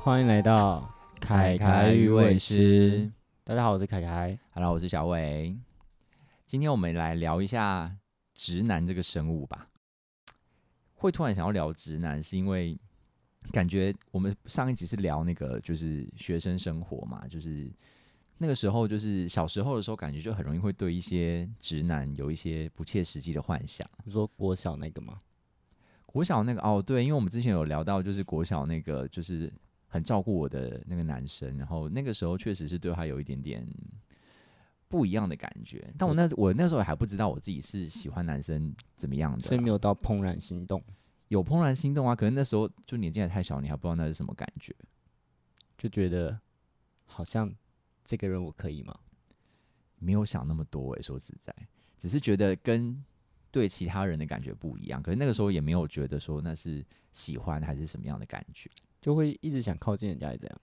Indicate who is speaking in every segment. Speaker 1: 欢迎来到凯凯与伟师。。大家好，我是凯凯。
Speaker 2: Hello，我是小伟。今天我们来聊一下直男这个生物吧。会突然想要聊直男，是因为感觉我们上一集是聊那个就是学生生活嘛，就是那个时候就是小时候的时候，感觉就很容易会对一些直男有一些不切实际的幻想。
Speaker 1: 你说国小那个吗？
Speaker 2: 国小那个哦，对，因为我们之前有聊到，就是国小那个就是很照顾我的那个男生，然后那个时候确实是对他有一点点不一样的感觉。但我
Speaker 1: 嗯
Speaker 2: 那我那时候还不知道我自己是喜欢男生怎么样的啦，
Speaker 1: 所以没有到怦然心动，
Speaker 2: 有怦然心动啊。可是那时候就年纪还太小，你还不知道那是什么感觉。
Speaker 1: 就觉得好像这个人我可以吗？
Speaker 2: 没有想那么多诶、说实在，只是觉得跟对其他人的感觉不一样。可是那个时候也没有觉得说那是喜欢还是什么样的感觉。
Speaker 1: 就会一直想靠近人家，这样。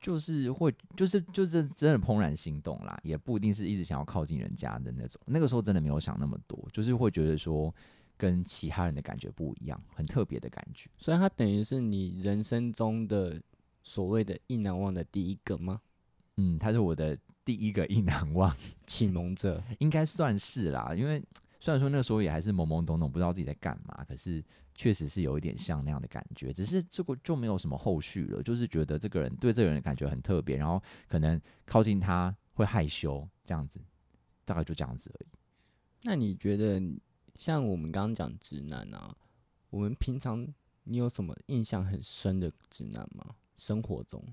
Speaker 2: 就是会，就是就是真的怦然心动啦，也不一定是一直想要靠近人家的那种。那个时候真的没有想那么多，就是会觉得说跟其他人的感觉不一样，很特别的感觉。
Speaker 1: 所以他等于是你人生中的所谓的意难忘的第一个吗？
Speaker 2: 嗯，他是我的第一个意难忘，
Speaker 1: 启蒙者，
Speaker 2: 应该算是啦。因为虽然说那个时候也还是懵懵懂懂，不知道自己在干嘛，可是确实是有一点像那样的感觉。只是这个就没有什么后续了，就是觉得这个人对这个人的感觉很特别，然后可能靠近他会害羞这样子，大概就这样子而已。
Speaker 1: 那你觉得像我们刚刚讲直男啊，我们平常你有什么印象很深的直男吗？生活中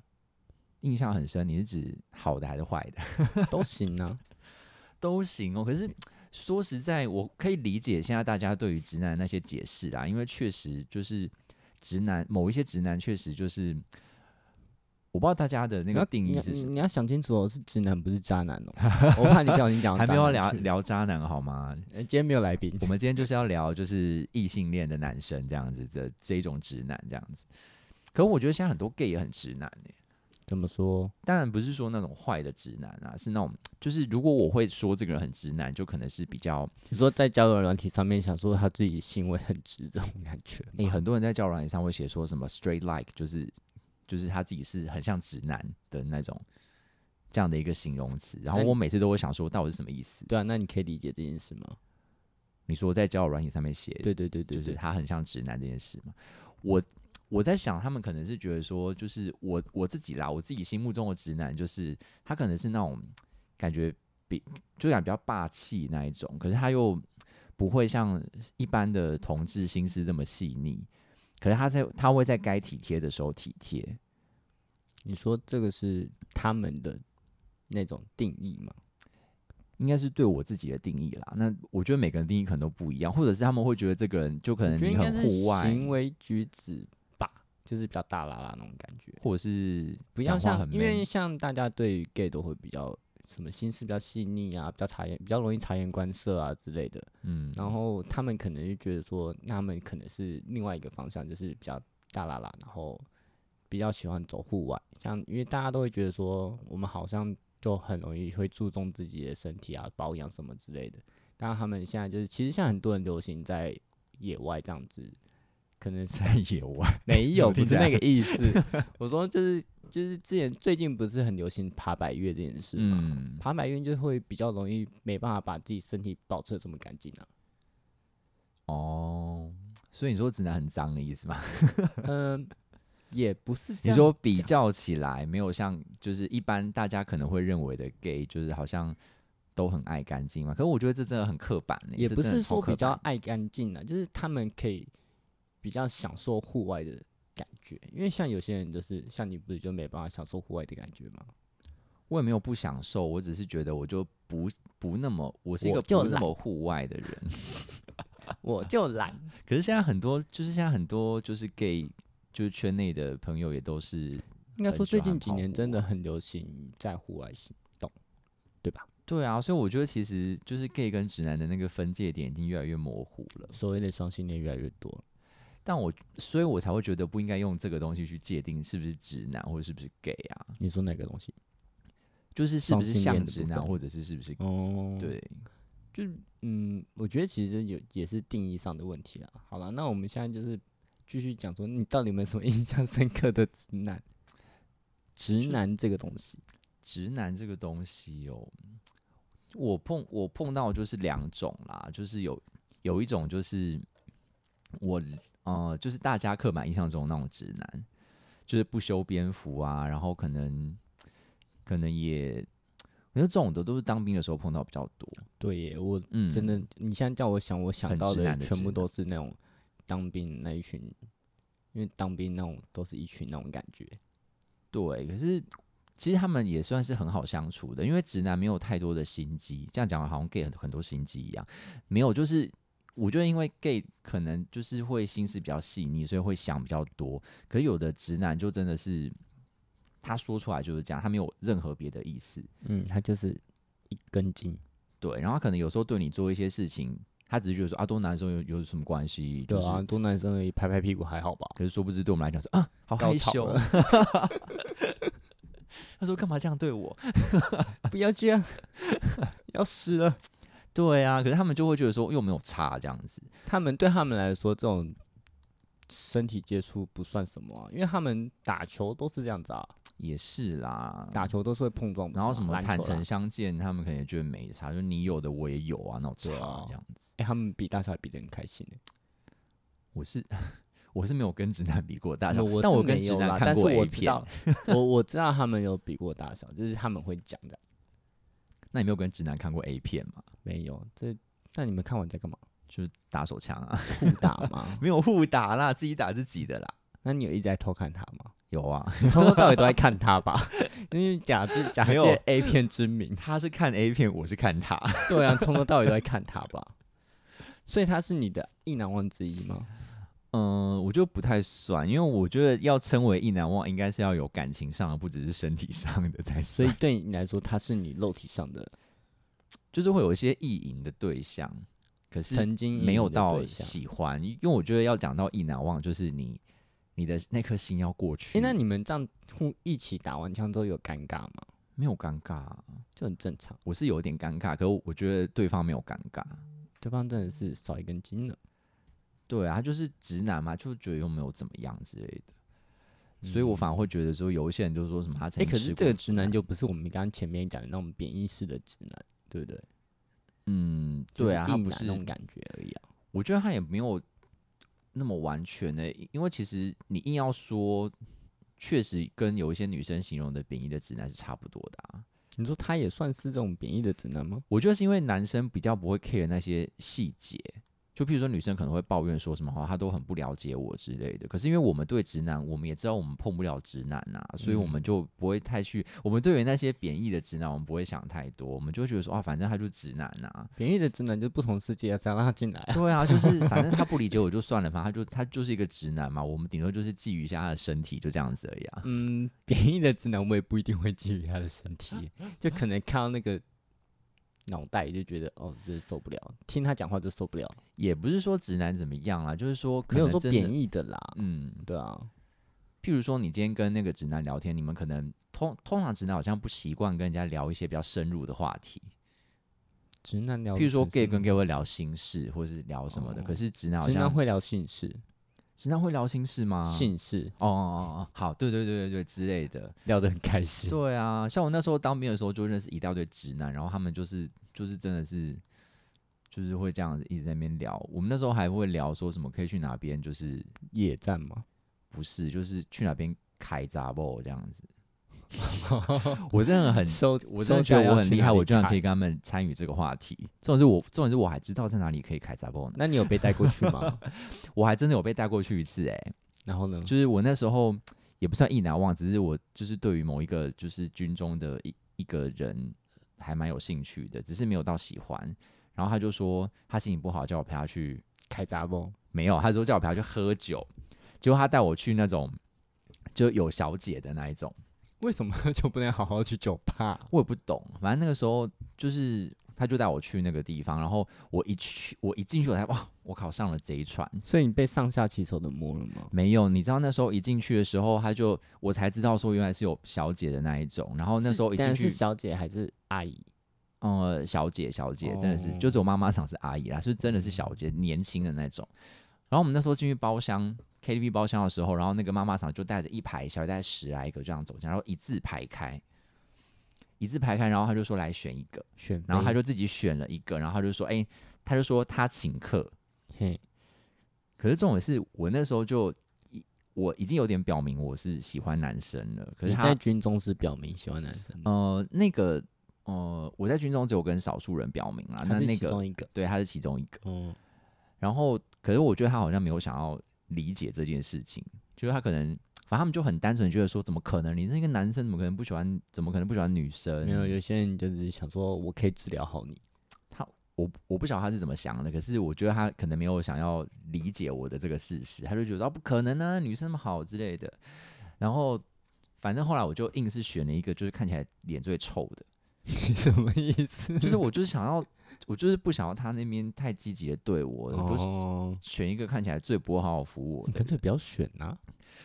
Speaker 2: 印象很深，你是指好的还是坏的？
Speaker 1: 都行啊，
Speaker 2: 都行哦。可是说实在，我可以理解现在大家对于直男那些解释啊啦，因为确实就是直男，某一些直男确实就是，我不知道大家的那
Speaker 1: 你
Speaker 2: 个
Speaker 1: 要
Speaker 2: 定
Speaker 1: 你
Speaker 2: 义
Speaker 1: 要
Speaker 2: 是什
Speaker 1: 你
Speaker 2: 么。
Speaker 1: 你要想清楚哦，是直男不是渣 男哦，我怕你不小心讲到
Speaker 2: 还没
Speaker 1: 渣
Speaker 2: 有
Speaker 1: 男
Speaker 2: 聊
Speaker 1: 去
Speaker 2: 聊渣男好吗？
Speaker 1: 呃今天没有来宾
Speaker 2: 我，们今天就是要聊就是异性恋的男生这样子的这种直男这样子。可我觉得现在很多 gay 也很直男耶
Speaker 1: 怎么说？
Speaker 2: 当然不是说那种坏的直男啊，是那种就是如果我会说这个人很直男，就可能是比较
Speaker 1: 你说在交友软体上面想说他自己行为很直这种感觉吗，
Speaker 2: 诶，哎很多人在交友软件上会写说什么 straight like，就是就是他自己是很像直男的那种这样的一个形容词。然后
Speaker 1: 那你
Speaker 2: 我每次都会想说，到底是什么意思？
Speaker 1: 对啊，那你可以理解这件事吗？
Speaker 2: 你说在交友软件上面写，
Speaker 1: 对对对对
Speaker 2: 就是
Speaker 1: 对，
Speaker 2: 他很像直男这件事嘛？我我在想，他们可能是觉得说，就是我我自己啦，我自己心目中的直男，就是他可能是那种感觉比就感觉比较霸气那一种，可是他又不会像一般的同志心思这么细腻。可是他在他会在该体贴的时候体贴，
Speaker 1: 你说这个是他们的那种定义吗？
Speaker 2: 应该是对我自己的定义啦。那我觉得每个人定义可能都不一样，或者是他们会觉得这个人就可
Speaker 1: 我
Speaker 2: 能
Speaker 1: 觉得
Speaker 2: 嗯你
Speaker 1: 应该
Speaker 2: 很
Speaker 1: 是
Speaker 2: 户外，
Speaker 1: 行为举止吧，就是比较大啦啦那种感觉，
Speaker 2: 或者是
Speaker 1: 不要
Speaker 2: 讲话
Speaker 1: 像
Speaker 2: 很
Speaker 1: 因为
Speaker 2: man
Speaker 1: 像大家对于 gay 都会比较什么心思比较细腻啊，比较察言比较容易察言观色啊之类的，
Speaker 2: 嗯，
Speaker 1: 然后他们可能就觉得说，那他们可能是另外一个方向，就是比较大啦啦，然后比较喜欢走户外，像因为大家都会觉得说，我们好像就很容易会注重自己的身体啊、保养什么之类的。但他们现在就是，其实像很多人流行在野外这样子，可能 是
Speaker 2: 在野外。
Speaker 1: 没有，不
Speaker 2: 听起
Speaker 1: 是
Speaker 2: 来
Speaker 1: 那个意 思。我说就是就是之前最近不是很流行爬百越这件事嘛，
Speaker 2: 嗯，
Speaker 1: 爬百越就会比较容易没办法把自己身体保持的这么干净啊。
Speaker 2: 哦，所以你说直男很脏的意 思吗？
Speaker 1: 嗯，也不是这
Speaker 2: 你
Speaker 1: 样。
Speaker 2: 说比较起来，没有像就是一般大家可能会认为的 gay，就是好像都很爱干净嘛。可是我觉得这真的很刻板欸、
Speaker 1: 也
Speaker 2: 这
Speaker 1: 不
Speaker 2: 真的
Speaker 1: 是
Speaker 2: 超
Speaker 1: 说
Speaker 2: 刻
Speaker 1: 比较
Speaker 2: 板
Speaker 1: 爱干净啊，就是他们可以比较享受户外的感觉，因为像有些人就是像你不是就没办法享受户外的感觉吗？
Speaker 2: 我也没有不享受，我只是觉得我就不不那么，我是一
Speaker 1: 我
Speaker 2: 个
Speaker 1: 就
Speaker 2: 不那
Speaker 1: 懒
Speaker 2: 么户外的人。
Speaker 1: 我就懒，
Speaker 2: 可是现在很多，就是现在很多就是 gay，就是圈内的朋友也都是，
Speaker 1: 应该
Speaker 2: 很
Speaker 1: 说
Speaker 2: 喜
Speaker 1: 最近
Speaker 2: 欢
Speaker 1: 几
Speaker 2: 跑
Speaker 1: 年
Speaker 2: 户
Speaker 1: 真的
Speaker 2: 外
Speaker 1: 很流行在户外行动，对吧？
Speaker 2: 对啊，所以我觉得其实就是 gay 跟直男的那个分界点已经越来越模糊了。
Speaker 1: 所谓的双性恋越来越多了，
Speaker 2: 但我所以，我才会觉得不应该用这个东西去界定是不是直男或者是不是 gay 啊，
Speaker 1: 你说哪个东西？
Speaker 2: 就是是不是
Speaker 1: 双性恋的
Speaker 2: 像
Speaker 1: 部
Speaker 2: 直
Speaker 1: 分
Speaker 2: 男，或者是是不是、
Speaker 1: 哦，
Speaker 2: 对。
Speaker 1: 就嗯，我觉得其实有也是定义上的问题啦。好了，那我们现在就是继续讲说，你到底有没有什么印象深刻的直男？直
Speaker 2: 就
Speaker 1: 男这个东西，
Speaker 2: 直男这个东西哦，我碰我碰到就是两种啦，就是有有一种就是我呃，就是大家刻板印象中那种直男，就是不修边幅啊，然后可能可能也，我觉得这种的都是当兵的时候碰到比较多，
Speaker 1: 对耶，我
Speaker 2: 嗯，
Speaker 1: 真的，你现在叫我想，我想
Speaker 2: 很
Speaker 1: 到
Speaker 2: 直
Speaker 1: 的
Speaker 2: 男的
Speaker 1: 全
Speaker 2: 直
Speaker 1: 部
Speaker 2: 男
Speaker 1: 都是那种当兵那一群，因为当兵那种都是一群那种感觉。
Speaker 2: 对，可是其实他们也算是很好相处的，因为直男没有太多的心机。这样讲好像 gay 很很多心机一样，没有，就是我觉得因为 gay 可能就是会心思比较细腻，所以会想比较多。可是有的直男就真的是他说出来就是这样，他没有任何别的意思。
Speaker 1: 嗯，他就是一根筋，
Speaker 2: 对，然后他可能有时候对你做一些事情，他只是觉得说啊，都男生有有什么关系？
Speaker 1: 对
Speaker 2: 就是
Speaker 1: 啊，多男生而已，拍拍屁股还好吧？
Speaker 2: 可是殊不知，对我们来讲是啊，好
Speaker 1: 高
Speaker 2: 害
Speaker 1: 潮
Speaker 2: 羞
Speaker 1: 了
Speaker 2: 哦。 他说：“干嘛这样对我？”
Speaker 1: 不要这样， 要死了。
Speaker 2: 对啊，可是他们就会觉得说又没有差这样子，
Speaker 1: 他们对他们来说，这种身体接触不算什么啊、因为他们打球都是这样子啊，
Speaker 2: 也是啦。
Speaker 1: 打球都是会碰撞，
Speaker 2: 嗯然后
Speaker 1: 不是
Speaker 2: 什
Speaker 1: 吗
Speaker 2: 么
Speaker 1: 篮
Speaker 2: 坦
Speaker 1: 球啦
Speaker 2: 诚？相见，他们可能也觉得没差，就你有的我也有啊，那我差
Speaker 1: 对啊
Speaker 2: 这样子。
Speaker 1: 哎、他们比大小还比得很开心、欸。
Speaker 2: 我是我是没有跟直男比过大小，
Speaker 1: 我
Speaker 2: 但
Speaker 1: 是
Speaker 2: 我跟
Speaker 1: 没
Speaker 2: 直
Speaker 1: 有啦
Speaker 2: 男看
Speaker 1: 但是
Speaker 2: 过 A
Speaker 1: 我知
Speaker 2: 片。
Speaker 1: 道， 我我知道他们有比过大小，就是他们会讲的。
Speaker 2: 那你没有跟直男看过 A 片吗？
Speaker 1: 没有，这那你们看完在干嘛？
Speaker 2: 就是打手枪啊，
Speaker 1: 互打吗？
Speaker 2: 没有互打啦，自己打自己的啦。
Speaker 1: 那你有一直在偷看他吗？
Speaker 2: 有啊，
Speaker 1: 你从头到尾都在看他吧？ 因为假借假
Speaker 2: 没有
Speaker 1: 借 A 片之名，
Speaker 2: 他是看 A 片，我是看他。
Speaker 1: 对啊，从头到尾都在看他吧。 所以他是你的意难忘之一吗？
Speaker 2: 嗯，我就不太算，因为我觉得要称为意难忘，应该是要有感情上的，不只是身体上的才
Speaker 1: 所
Speaker 2: 算
Speaker 1: 以。对你来说，他是你肉体上的
Speaker 2: 就是会有一些意淫的对象，可是
Speaker 1: 曾经
Speaker 2: 没有
Speaker 1: 引你的
Speaker 2: 到
Speaker 1: 对象。
Speaker 2: 喜欢，因为我觉得要讲到意难忘，就是你你的那颗心要过去，
Speaker 1: 哎、那你们这样互一起打完枪之后有尴尬吗？
Speaker 2: 没有尴尬啊，
Speaker 1: 就很正常，
Speaker 2: 我是有点尴尬，可我觉得对方没有尴尬，
Speaker 1: 对方真的是少一根筋了。
Speaker 2: 对啊，他就是直男嘛，就觉得又没有怎么样之类的，所以我反而会觉得说，有一些人就说什么他曾
Speaker 1: 哎、
Speaker 2: 经
Speaker 1: 嗯可
Speaker 2: 吃
Speaker 1: 是
Speaker 2: 过
Speaker 1: 这个直男就不是我们刚刚前面讲的那种贬义式的直男，对不对？
Speaker 2: 嗯，
Speaker 1: 就是
Speaker 2: 对啊，他
Speaker 1: 意
Speaker 2: 不
Speaker 1: 男
Speaker 2: 是
Speaker 1: 那种感觉而已啊。
Speaker 2: 我觉得他也没有那么完全的，因为其实你硬要说，确实跟有一些女生形容的贬义的直男是差不多的、啊。
Speaker 1: 你说他也算是这种贬义的直男吗？
Speaker 2: 我觉得是因为男生比较不会 care 那些细节，就譬如说女生可能会抱怨说什么话，他都很不了解我之类的。可是因为我们对直男，我们也知道我们碰不了直男呐、所以我们就不会太去，我们对于那些贬义的直男，我们不会想太多，我们就会觉得说啊，反正他就是直男啊呐、
Speaker 1: 贬义的直男就是不同世界啊，谁要让他进来啊？
Speaker 2: 对啊，就是反正他不理解我就算了，反正他就他就是一个直男嘛，我们顶多就是觊觎一下他的身体，就这样子而已啊。
Speaker 1: 嗯，贬义的直男我也不一定会基于他的身体，就可能看到那个脑袋就觉得哦，这受不了，听他讲话就受不了，
Speaker 2: 也不是说直男怎么样啦，就是说可
Speaker 1: 没有
Speaker 2: 能
Speaker 1: 说
Speaker 2: 真
Speaker 1: 贬
Speaker 2: 的，
Speaker 1: 义的啦，
Speaker 2: 嗯，
Speaker 1: 对啊，
Speaker 2: 譬如说你今天跟那个直男聊天，你们可能通通常直男好像不习惯跟人家聊一些比较深入的话题，
Speaker 1: 直男聊，
Speaker 2: 譬如说 gay 跟 gay 会聊心事或是聊什么的，
Speaker 1: 嗯哦
Speaker 2: 可是直男好
Speaker 1: 直男
Speaker 2: 像
Speaker 1: 会聊姓氏，
Speaker 2: 直男会聊心事吗？
Speaker 1: 姓氏
Speaker 2: 哦哦哦哦，好，对对对对对之类的，
Speaker 1: 聊得很开心，
Speaker 2: 对啊，像我那时候当兵的时候，就认识一大堆直男，然后他们就是就是真的是就是会这样子一直在那边聊。我们那时候还会聊说什么可以去哪边，就是
Speaker 1: 野战 嘛，
Speaker 2: 不是就是去哪边开杂报这样子。我真的很，
Speaker 1: 收，
Speaker 2: 我真
Speaker 1: 收
Speaker 2: 的觉
Speaker 1: 假
Speaker 2: 得
Speaker 1: 嗯要
Speaker 2: 我很
Speaker 1: 去
Speaker 2: 厉
Speaker 1: 哪
Speaker 2: 害，
Speaker 1: 里
Speaker 2: 我居然可
Speaker 1: 看
Speaker 2: 以。跟他们参与这个话题。重点是我，重点是我还知道在哪里可以开杂报呢，
Speaker 1: 那你有被带过去 吗？
Speaker 2: 我还真的有被带过去一次哎、
Speaker 1: 然后呢？
Speaker 2: 就是我那时候也不算意难忘，只是我就是对于某一个就是军中的一一个人还蛮有兴趣的，只是没有到喜欢。然后他就说他心情不好，叫我陪他去，
Speaker 1: 开杂包，
Speaker 2: 没有，他说叫我陪他去喝酒，结果他带我去那种就有小姐的那一种，
Speaker 1: 为什么就不能好好去酒吧？
Speaker 2: 我也不懂，反正那个时候就是。他就带我去那个地方，然后我一去，我一进去，我才哇，我考上了贼船，
Speaker 1: 所以你被上下其手的摸了吗？
Speaker 2: 没有，你知道那时候一进去的时候，他就我才知道说原来是有小姐的那一种。然后那时候一
Speaker 1: 但
Speaker 2: 进
Speaker 1: 是
Speaker 2: 去，
Speaker 1: 小姐还是阿姨？
Speaker 2: 呃，小姐，小姐真的是，
Speaker 1: 哦
Speaker 2: 就是我妈妈想是阿姨啦，是真的是小姐，年轻的那种。然后我们那时候进去包厢 KTV 包厢的时候，然后那个妈妈桑就带着一排小孩，大概十来个这样走进来，然后一字排开，一字排开，然后他就说来选一个，
Speaker 1: 选妃，
Speaker 2: 然后他就自己选了一个，然后他就说，哎、他就说他请客，
Speaker 1: 嘿，
Speaker 2: 可是重点是我那时候就已我已经有点表明我是喜欢男生了，可是
Speaker 1: 你
Speaker 2: 他
Speaker 1: 在军中是表明喜欢男生吗，
Speaker 2: 呃那个呃我在军中只有跟少数人表明啦，
Speaker 1: 他
Speaker 2: 那
Speaker 1: 是
Speaker 2: 那
Speaker 1: 其
Speaker 2: 个
Speaker 1: 中一啊个，
Speaker 2: 对他是其中一个，
Speaker 1: 嗯，
Speaker 2: 然后可是我觉得他好像没有想要理解这件事情，就是他可能反正他们就很单纯地觉得说怎么可能你是一个男生怎么可能不喜欢怎么可能不喜欢女生？
Speaker 1: 没有，有些人就是想说我可以治疗好你，
Speaker 2: 他我我不晓得他是怎么想的，可是我觉得他可能没有想要理解我的这个事实，他就觉得、啊、不可能啊，女生那么好之类的。然后反正后来我就硬是选了一个就是看起来脸最臭的，
Speaker 1: 你什么意思？
Speaker 2: 就是我就是想要， 我就是不想要他那边太积极的对我，我就
Speaker 1: 哦，
Speaker 2: 选一个看起来最不会好好服务我
Speaker 1: 你
Speaker 2: 的
Speaker 1: 干。脆不要选啊，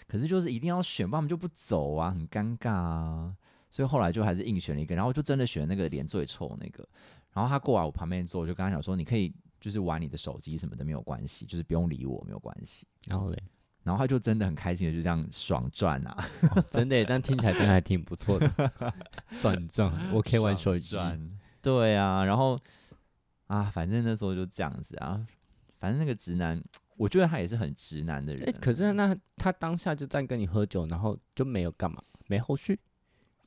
Speaker 2: 可是就是一定要选，不然我们就不走啊，很尴尬啊。所以后来就还是硬选了一个，然后就真的选那个脸最臭那个。然后他过来我旁边坐，我就跟他讲说，你可以就是玩你的手机什么的没有关系，就是不用理我没有关系。
Speaker 1: 然后嘞，
Speaker 2: 然后他就真的很开心的就这样爽赚啊，
Speaker 1: 真的耶，但听起来真的还挺不错的， 算账，我可以玩手机，
Speaker 2: 爽赚。对啊，然后啊，反正那时候就这样子啊，反正那个直男，我觉得他也是很直男的人。
Speaker 1: 哎、可是那他当下就在跟你喝酒，然后就没有干嘛，没后续，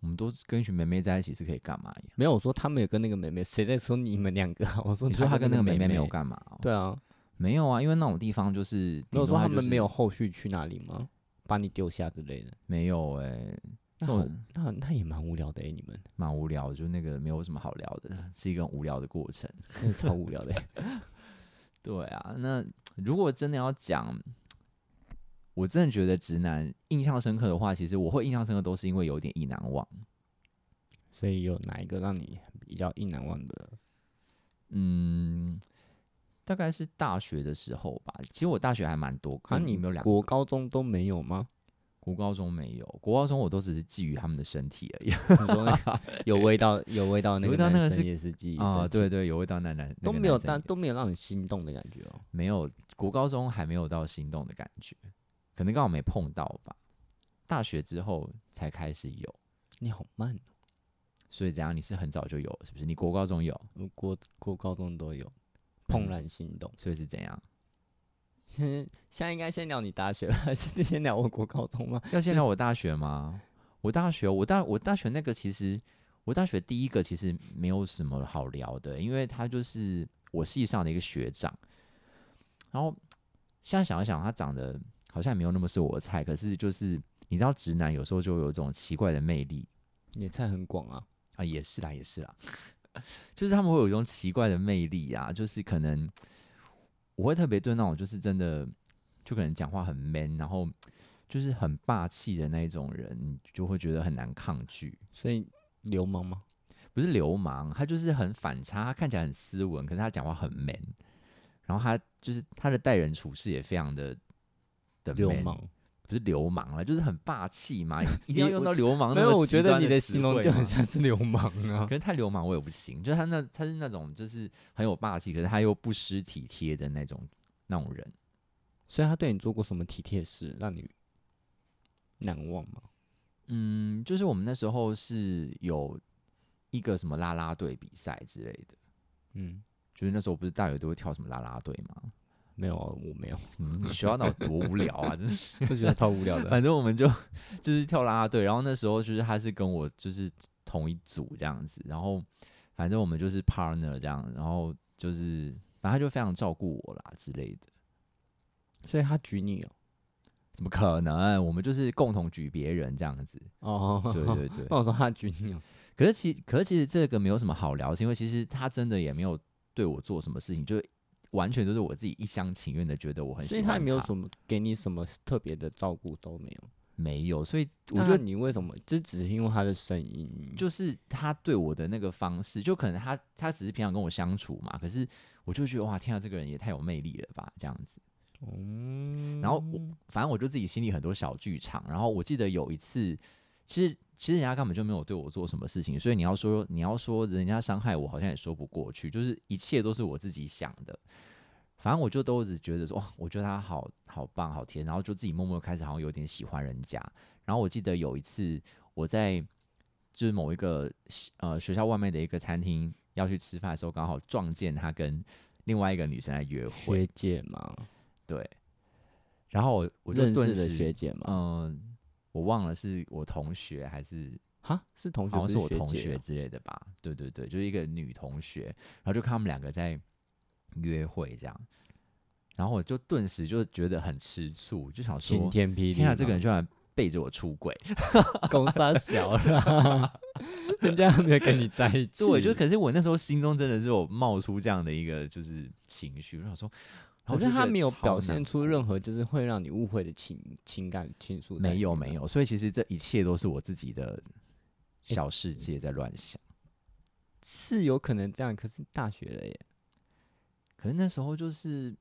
Speaker 2: 我们都跟一群妹妹在一起是可以干嘛呀？
Speaker 1: 没有我说他们有跟那个妹妹，谁在说你们两个啊？我说
Speaker 2: 你说他
Speaker 1: 他
Speaker 2: 跟那
Speaker 1: 那
Speaker 2: 个妹妹
Speaker 1: 妹
Speaker 2: 没有，干嘛、哦？
Speaker 1: 对啊，
Speaker 2: 没有啊，因为那种地方就是
Speaker 1: 没有
Speaker 2: 顶多
Speaker 1: 说他
Speaker 2: 就
Speaker 1: 们
Speaker 2: 是
Speaker 1: 没有后续去哪里吗？把你丢下之类的，
Speaker 2: 没有哎、
Speaker 1: 那
Speaker 2: 这
Speaker 1: 好
Speaker 2: 种
Speaker 1: 那那也蛮无聊的哎、你们
Speaker 2: 蛮无聊的，就那个没有什么好聊的，是一个很无聊的过程。
Speaker 1: 真的超无聊的、 欸。
Speaker 2: 对啊，那如果真的要讲，我真的觉得直男印象深刻的话，其实我会印象深刻都是因为有点意难忘。
Speaker 1: 所以有哪一个让你比较意难忘的？
Speaker 2: 嗯，大概是大学的时候吧。其实我大学还蛮多，
Speaker 1: 啊，
Speaker 2: 看
Speaker 1: 你
Speaker 2: 有没有两个
Speaker 1: 国高中都没有吗？
Speaker 2: 国高中没有，国高中我都只是觊觎他们的身体 而已。
Speaker 1: 你说那 个有味道，有味道那
Speaker 2: 有
Speaker 1: 个
Speaker 2: 味道那
Speaker 1: 男
Speaker 2: 个
Speaker 1: 生
Speaker 2: 是
Speaker 1: 也是记忆
Speaker 2: 啊、
Speaker 1: 深
Speaker 2: 对
Speaker 1: 刻，
Speaker 2: 对，有味道男男那
Speaker 1: 都
Speaker 2: 个
Speaker 1: 没有
Speaker 2: 男生
Speaker 1: 但
Speaker 2: 也
Speaker 1: 都没有
Speaker 2: 是
Speaker 1: 让你心动的感觉哦。
Speaker 2: 没有，国高中还没有到心动的感觉，可能刚好没碰到吧。大学之后才开始有，
Speaker 1: 你好慢哦，
Speaker 2: 所以怎样？你是很早就有，是不是？你国高中有，
Speaker 1: 我国国高中都有，怦
Speaker 2: 嗯
Speaker 1: 然心动。
Speaker 2: 所以是怎样？
Speaker 1: 现现在应该先聊你大学吧， 是先聊我国高中吗？
Speaker 2: 要先聊我大学吗？我大学，我大我大学那个其实，我大学第一个其实没有什么好聊的，因为他就是我系上的一个学长，然后现在想一想，他长得好像也没有那么是我的菜，可是就是你知道，直男有时候就有一种奇怪的魅力，
Speaker 1: 你的菜很广啊，
Speaker 2: 啊，也是啦，也是啦， 就是他们会有一种奇怪的魅力啊，就是可能我会特别对那种就是真的，就可能讲话很 man，然后就是很霸气的那一种人，你就会觉得很难抗拒。
Speaker 1: 所以流氓吗？
Speaker 2: 不是流氓，他就是很反差，他看起来很斯文，可是他讲话很 man，然后他就是他的待人处事也非常的的 man,
Speaker 1: 流氓。
Speaker 2: 不是流氓了，就是很霸 气嘛，一定
Speaker 1: 你
Speaker 2: 要用
Speaker 1: 我
Speaker 2: 到流
Speaker 1: 没
Speaker 2: 氓那
Speaker 1: 有，
Speaker 2: 么
Speaker 1: 我
Speaker 2: 极
Speaker 1: 觉得
Speaker 2: 端
Speaker 1: 你
Speaker 2: 的
Speaker 1: 的
Speaker 2: 词
Speaker 1: 形容
Speaker 2: 汇
Speaker 1: 就很
Speaker 2: 嘛
Speaker 1: 像是流氓啊
Speaker 2: 可。是太流氓我也不行，就是他那他是那种就是很有霸气，可是他又不失体贴的那种那种人。
Speaker 1: 所以他对你做过什么体贴事，让你难忘吗？
Speaker 2: 嗯，就是我们那时候是有一个什么啦啦队比赛之类的，
Speaker 1: 嗯，
Speaker 2: 就是那时候不是大学都会跳什么啦啦队嘛，
Speaker 1: 没有啊，我没有，
Speaker 2: 嗯，学校那有多无聊啊，真是。
Speaker 1: 我觉得超无聊的。
Speaker 2: 反正我们就就是跳啦啦队，然后那时候就是他是跟我就是同一组这样子，然后反正我们就是 partner 这样，然后就是反正他就非常照顾我啦之类的。
Speaker 1: 所以他举你哦。
Speaker 2: 怎么可能？我们就是共同举别人这样子。
Speaker 1: 哦，
Speaker 2: 对对对。
Speaker 1: 那我说他举你哦，
Speaker 2: 可是其可是其实这个没有什么好聊，是因为其实他真的也没有对我做什么事情，就是完全都是我自己一厢情愿的觉得我很喜
Speaker 1: 所
Speaker 2: 欢
Speaker 1: 以他也没有什
Speaker 2: 么
Speaker 1: 么给你什么特别的照顾都没有。
Speaker 2: 没有，所以我
Speaker 1: 那
Speaker 2: 觉得
Speaker 1: 你为什么？这只是因为他的声音，
Speaker 2: 就是他对我的那个方式，就可能他他只是平常跟我相处嘛，可是我就觉得哇，天啊，这个人也太有魅力了吧，这样子。
Speaker 1: 嗯，
Speaker 2: 然后我反正我就自己心里很多小剧场。然后我记得有一次，其实其实人家根本就没有对我做什么事情，所以你要说你要说人家伤害我，好像也说不过去，就是一切都是我自己想的。反正我就都只觉得说，哇，哦我觉得他好好棒，好甜，然后就自己默默开始好像有点喜欢人家。然后我记得有一次我在就是某一个呃学校外面的一个餐厅要去吃饭的时候，刚好撞见他跟另外一个女生在约会，
Speaker 1: 学姐嘛，
Speaker 2: 对。然后我我就
Speaker 1: 认识
Speaker 2: 顿
Speaker 1: 的
Speaker 2: 时
Speaker 1: 学姐嘛，
Speaker 2: 嗯，我忘了是我同学还是
Speaker 1: 哈，是同学，
Speaker 2: 好像
Speaker 1: 不
Speaker 2: 是我
Speaker 1: 学
Speaker 2: 同
Speaker 1: 姐
Speaker 2: 学
Speaker 1: 哦，
Speaker 2: 之类的吧？对对对，就是一个女同学，然后就看他们两个在约会这样，然后我就顿时就觉得很吃醋，就想
Speaker 1: 晴
Speaker 2: 说，
Speaker 1: 天霹雳嘛，
Speaker 2: 天啊，这个人居然背着我出轨！
Speaker 1: 公杀小啦，人家没有跟你在 一起，
Speaker 2: 对，就可是我那时候心中真的是有冒出这样的一个就是情绪，我想说，然后
Speaker 1: 可是
Speaker 2: 就觉
Speaker 1: 他
Speaker 2: 得
Speaker 1: 没有
Speaker 2: 超
Speaker 1: 表
Speaker 2: 难
Speaker 1: 现出
Speaker 2: 过
Speaker 1: 任何就是会让你误会的情情感情愫，
Speaker 2: 没有没
Speaker 1: 有，
Speaker 2: 有，所以其实这一切都是我自己的小世界在乱想。
Speaker 1: 是有可能这样，可是大学了耶，
Speaker 2: 可能那时候就是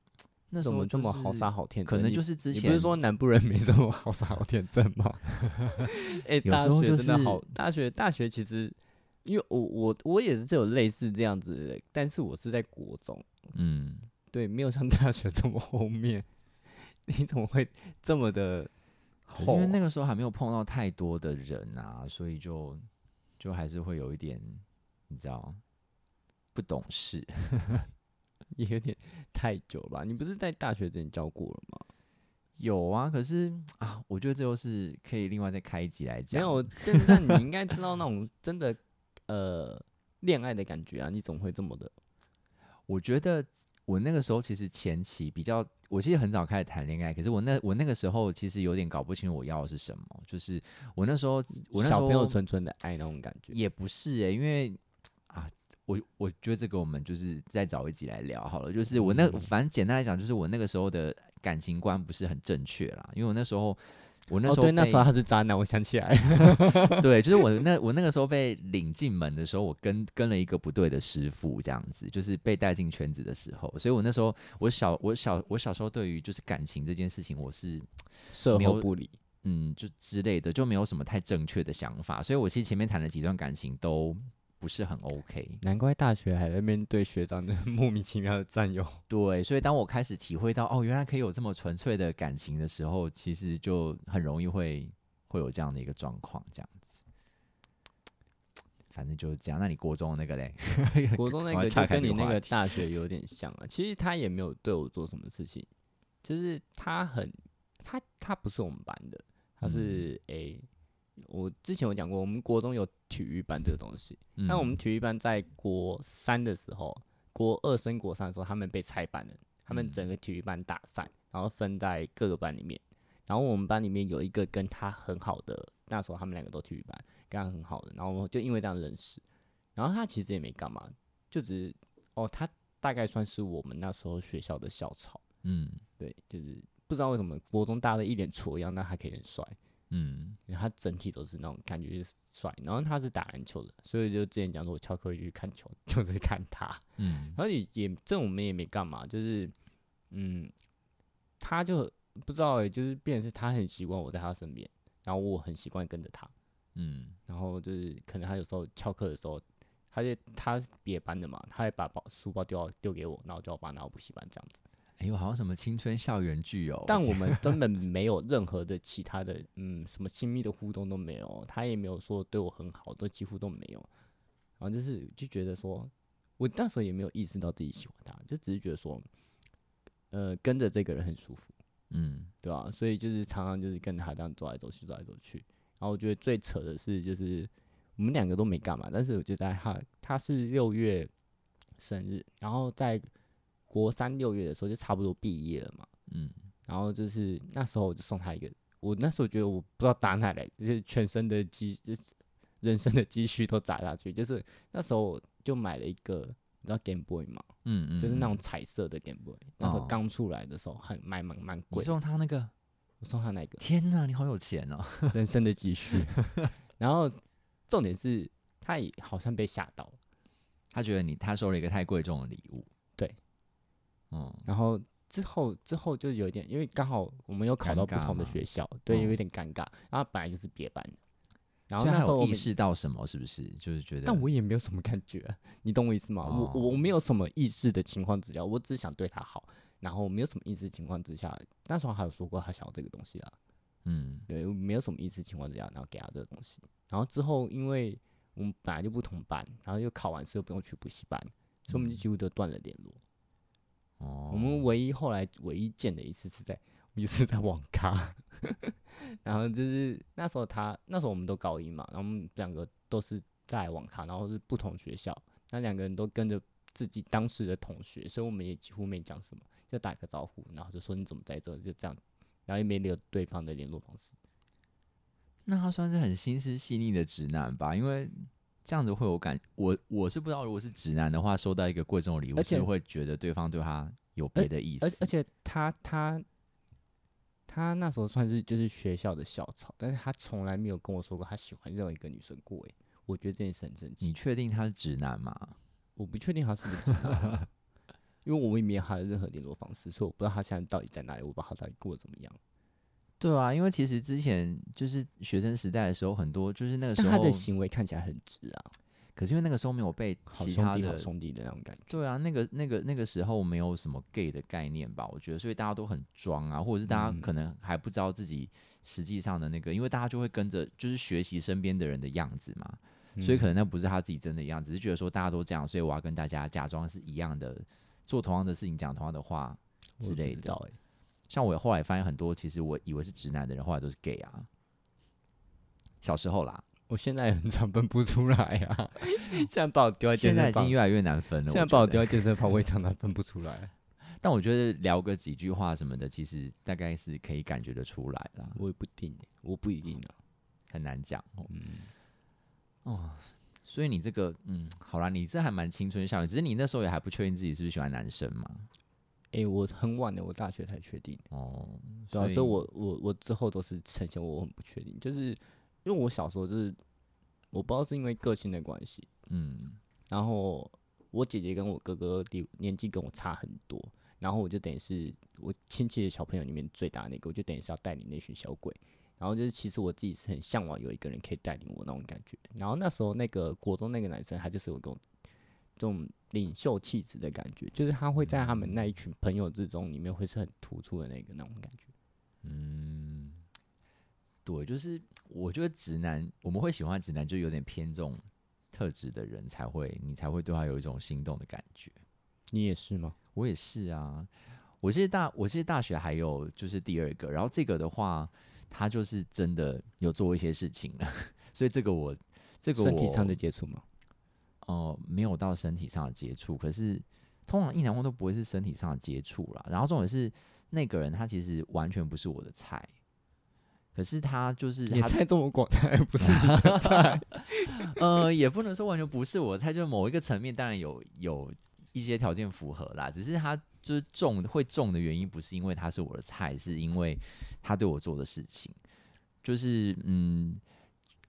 Speaker 2: 那时
Speaker 1: 怎
Speaker 2: 候、
Speaker 1: 么这么好傻，好天真？
Speaker 2: 可能
Speaker 1: 你
Speaker 2: 就是之
Speaker 1: 你
Speaker 2: 前
Speaker 1: 不是说南部人没这么好傻好天真 吗？哎、
Speaker 2: 有
Speaker 1: 大
Speaker 2: 时候
Speaker 1: 学
Speaker 2: 就
Speaker 1: 真的好
Speaker 2: 是，
Speaker 1: 大学大学其实，因为我我我也是有类似这样子的，但是我是在国中，
Speaker 2: 嗯，
Speaker 1: 对，没有像大学这么后面。 你怎么会这么的
Speaker 2: 可是
Speaker 1: 厚
Speaker 2: 因
Speaker 1: 啊？
Speaker 2: 为那个时候还没有碰到太多的人啊，所以就就还是会有一点，你知道，不懂事。
Speaker 1: 也有点太久了吧？你不是在大学之前教过了吗？
Speaker 2: 有啊，可是啊，我觉得这又是可以另外再开一集来
Speaker 1: 没
Speaker 2: 讲。
Speaker 1: 有，现在你应该知道那种真的呃恋爱的感觉啊，你怎么会这么的？
Speaker 2: 我觉得我那个时候其实前期比较，我其实很早开始谈恋爱，可是我那我那个时候其实有点搞不清我要的是什么，就是我那时候我那时
Speaker 1: 小朋友
Speaker 2: 候
Speaker 1: 纯纯的爱那种感觉，
Speaker 2: 也不是欸诶、因为啊，我我觉得这个我们就是再找一集来聊好了。就是我那、
Speaker 1: 嗯
Speaker 2: 反正简单来讲，就是我那个时候的感情观不是很正确啦，因为我那时候我那时
Speaker 1: 哦
Speaker 2: 候、
Speaker 1: 对，那时候他是渣男，我想起来，
Speaker 2: 对，就是我那我那个时候被领进门的时候，我跟跟了一个不对的师傅，这样子，就是被带进圈子的时候，所以我那时候我小我小我小时候对于就是感情这件事情，我是
Speaker 1: 售
Speaker 2: 没
Speaker 1: 后
Speaker 2: 有
Speaker 1: 不理，
Speaker 2: 嗯就之类的，就没有什么太正确的想法，所以我其实前面谈了几段感情都不是很 OK。
Speaker 1: 难怪大学还在面对学长的 莫名其妙的占有，
Speaker 2: 对，所以当我开始体会到哦，原来可以有这么纯粹的感情的时候，其实就很容易会会有这样的一个状况，这样子。反正就是这样。那你国中的那个嘞？
Speaker 1: 国中那
Speaker 2: 赶快
Speaker 1: 个
Speaker 2: 岔
Speaker 1: 就
Speaker 2: 开
Speaker 1: 跟
Speaker 2: 这
Speaker 1: 你
Speaker 2: 个
Speaker 1: 那
Speaker 2: 话
Speaker 1: 个
Speaker 2: 题
Speaker 1: 大学有点像啊，其实他也没有对我做什么事情，就是他很他他不是我们班的，他是诶、我之前有讲过，我们国中有体育班这个东西，但我们
Speaker 2: 嗯
Speaker 1: 体育班在国三的时候，国二升国三的时候，他们被拆班了，他们
Speaker 2: 嗯
Speaker 1: 整个体育班打散，然后分在各个班里面。然后我们班里面有一个跟他很好的，那时候他们两个都体育班，跟他很好的，然后我们就因为这样认识。然后他其实也没干嘛，就只是哦，他大概算是我们那时候学校的校草，
Speaker 2: 嗯
Speaker 1: 对，就是不知道为什么国中大家都一脸挫样，但他可以很帅。
Speaker 2: 嗯
Speaker 1: 因为他整体都是那种感觉就是帅，然后他是打篮球的，所以就之前讲说我翘课会去看球，就是看他，
Speaker 2: 嗯
Speaker 1: 然后也也这我们也没干嘛，就是嗯，他就不知道、欸，就是变成是他很习惯我在他身边，然后我很习惯跟着他，
Speaker 2: 嗯
Speaker 1: 然后就是可能他有时候翘课的时候，他就他是别班的嘛，他会把包书包丢到丢给我，然后叫我把它拿到补习班这样子，
Speaker 2: 哎呦，好像什么青春校园剧哦。
Speaker 1: 但我们根本没有任何的其他的，嗯，什么亲密的互动都没有，他也没有说对我很好，都几乎都没有。然后就是就觉得说，我那时候也没有意识到自己喜欢他，就只是觉得说，呃，跟着这个人很舒服，
Speaker 2: 嗯
Speaker 1: 对吧、所以就是常常就是跟他这样走来走去，走来走去。然后我觉得最扯的是，就是我们两个都没干嘛，但是我就在他他是六月生日，然后在国三六月的时候就差不多毕业了嘛。
Speaker 2: 嗯，
Speaker 1: 然后就是那时候我就送他一个，我那时候觉得我不知道打哪来，就是全身的积，就是人生的积蓄都砸下去，就是那时候我就买了一个，你知道 Game Boy 吗？
Speaker 2: 嗯嗯，
Speaker 1: 就是那种
Speaker 2: 嗯。
Speaker 1: 彩色的 Game Boy，那时候
Speaker 2: 哦
Speaker 1: 刚出来的时候很卖蛮蛮
Speaker 2: 你
Speaker 1: 贵的，
Speaker 2: 送他那个，
Speaker 1: 我送他那个
Speaker 2: 天哪，你好有钱哦！
Speaker 1: 人生的积蓄，然后重点是他也好像被吓到了，
Speaker 2: 他觉得你他收了一个太贵重的礼物。
Speaker 1: 对，
Speaker 2: 嗯，
Speaker 1: 然后之后之后就有一点，因为刚好我们又考
Speaker 2: 尴
Speaker 1: 到不
Speaker 2: 尬
Speaker 1: 同的
Speaker 2: 吗
Speaker 1: 学校，对，
Speaker 2: 哦
Speaker 1: 有一点尴尬，然后本来就是别班的然后
Speaker 2: 所以
Speaker 1: 那
Speaker 2: 他
Speaker 1: 时候
Speaker 2: 有
Speaker 1: 我
Speaker 2: 意
Speaker 1: 们，
Speaker 2: 识到什么，是不是？就是觉得，
Speaker 1: 但我也没有什么感觉，你懂我意思吗？我我
Speaker 2: 哦
Speaker 1: 没有什么意识的情况之下，我只想对他好，然后没有什么意识的情况之下，那时候还有说过他想要这个东西啦，
Speaker 2: 嗯
Speaker 1: 对，没有什么意识情况之下，然后给他这个东西，然后之后因为我们本来就不同班，然后又考完试又不用去补习班，所以我们就
Speaker 2: 嗯
Speaker 1: 几乎都断了联络。
Speaker 2: 哦，
Speaker 1: 我们唯一后来唯一见的一次是在，也是在网咖， 然后就是那时候他那时候我们都高一嘛，然后我们两个都是在网咖，然后是不同学校，那两个人都跟着自己当时的同学，所以我们也几乎没讲什么，就打个招呼，然后就说你怎么在这，就这样，然后也没留对方的联络方式。
Speaker 2: 那他算是很心思细腻的直男吧，因为这样子会有感，我我是不知道，如果是直男的话，收到一个贵重的礼物，
Speaker 1: 而
Speaker 2: 是
Speaker 1: 且
Speaker 2: 会觉得对方对他有别的意思，
Speaker 1: 而而且他他他那时候算是就是学校的校草，但是他从来没有跟我说过他喜欢任何一个女生过，诶，我觉得这件事很神奇
Speaker 2: 你。确定他是直男吗？
Speaker 1: 我不确定他是不是直男啊，因为我也没有他的任何联络方式，所以我不知道他现在到底在哪里，我不知道他到底过得怎么样。
Speaker 2: 对啊，因为其实之前就是学生时代的时候，很多就是那个时
Speaker 1: 但他
Speaker 2: 候，
Speaker 1: 的行为看起来很直啊，
Speaker 2: 可是因为那个时候没有被
Speaker 1: 好
Speaker 2: 其
Speaker 1: 兄
Speaker 2: 他
Speaker 1: 弟好
Speaker 2: 的，
Speaker 1: 兄弟的那种感觉。
Speaker 2: 对啊，那个那个那个时候没有什么 gay 的概念吧，我觉得，所以大家都很装啊，或者是大家
Speaker 1: 嗯
Speaker 2: 可能还不知道自己实际上的那个，因为大家就会跟着就是学习身边的人的样子嘛，所以可
Speaker 1: 嗯
Speaker 2: 能那不是他自己真的样子，只是觉得说大家都这样，所以我要跟大家假装是一样的，做同样的事情，讲同样的话
Speaker 1: 我
Speaker 2: 之
Speaker 1: 也不
Speaker 2: 类
Speaker 1: 知
Speaker 2: 的。
Speaker 1: 道欸
Speaker 2: 像我后来发现很多，其实我以为是直男的人，后来都是 gay 啊。小时候啦，
Speaker 1: 我现在也很常分不出来啊，现在把我丢呃在健
Speaker 2: 现在
Speaker 1: 身
Speaker 2: 已经
Speaker 1: 房，
Speaker 2: 越来越难分了。
Speaker 1: 现在
Speaker 2: 我觉
Speaker 1: 把我
Speaker 2: 得
Speaker 1: 丢在健 身房，我也常常分不出来。啊
Speaker 2: 但我觉得聊个几句话什么的，其实大概是可以感觉得出来啦，
Speaker 1: 我也不定欸，我不一定啊。
Speaker 2: 很难讲哦。
Speaker 1: 嗯，
Speaker 2: 哦所以你这个，嗯，好啦，你这还蛮青春校园，只是你那时候也还不确定自己是不是喜欢男生嘛。
Speaker 1: 哎，我很晚的，我大学才确定。欸
Speaker 2: 哦，
Speaker 1: 对啊，所以我我我之后都是呈现我很不确定，就是因为我小时候就是我不知道是因为个性的关系，
Speaker 2: 嗯，
Speaker 1: 然后我姐姐跟我哥哥离年纪跟我差很多，然后我就等于是我亲戚的小朋友里面最大的那个，我就等于是要带领那群小鬼。然后就是其实我自己是很向往有一个人可以带领我那种感觉。然后那时候那个国中那个男生，他就是有这种这种领袖气质的感觉，就是他会在他
Speaker 2: 嗯
Speaker 1: 们那一群朋友之中里面会是很突出的那个那种感觉。
Speaker 2: 嗯，对，就是我觉得直男我们会喜欢直男，就有点偏这种特质的人才会，你才会对他有一种心动的感觉。
Speaker 1: 你也是吗？
Speaker 2: 我也是啊，我是大我是大学还有就是第二个，然后这个的话，他就是真的有做一些事情了， 所以这个我这个我
Speaker 1: 身体上的接触吗？
Speaker 2: 哦、没有到身体上的接触，可是通常一男婚都不会是身体上的接触啦。然后重点是那个人他其实完全不是我的菜，可是他就是
Speaker 1: 也
Speaker 2: 他
Speaker 1: 在这么广， 他还不是 你的菜。
Speaker 2: 呃，也不能说完全不是我的菜，就是某一个层面当然有有一些条件符合啦，只是他就是中会中的原因不是因为他是我的菜，是因为他对我做的事情，就是嗯。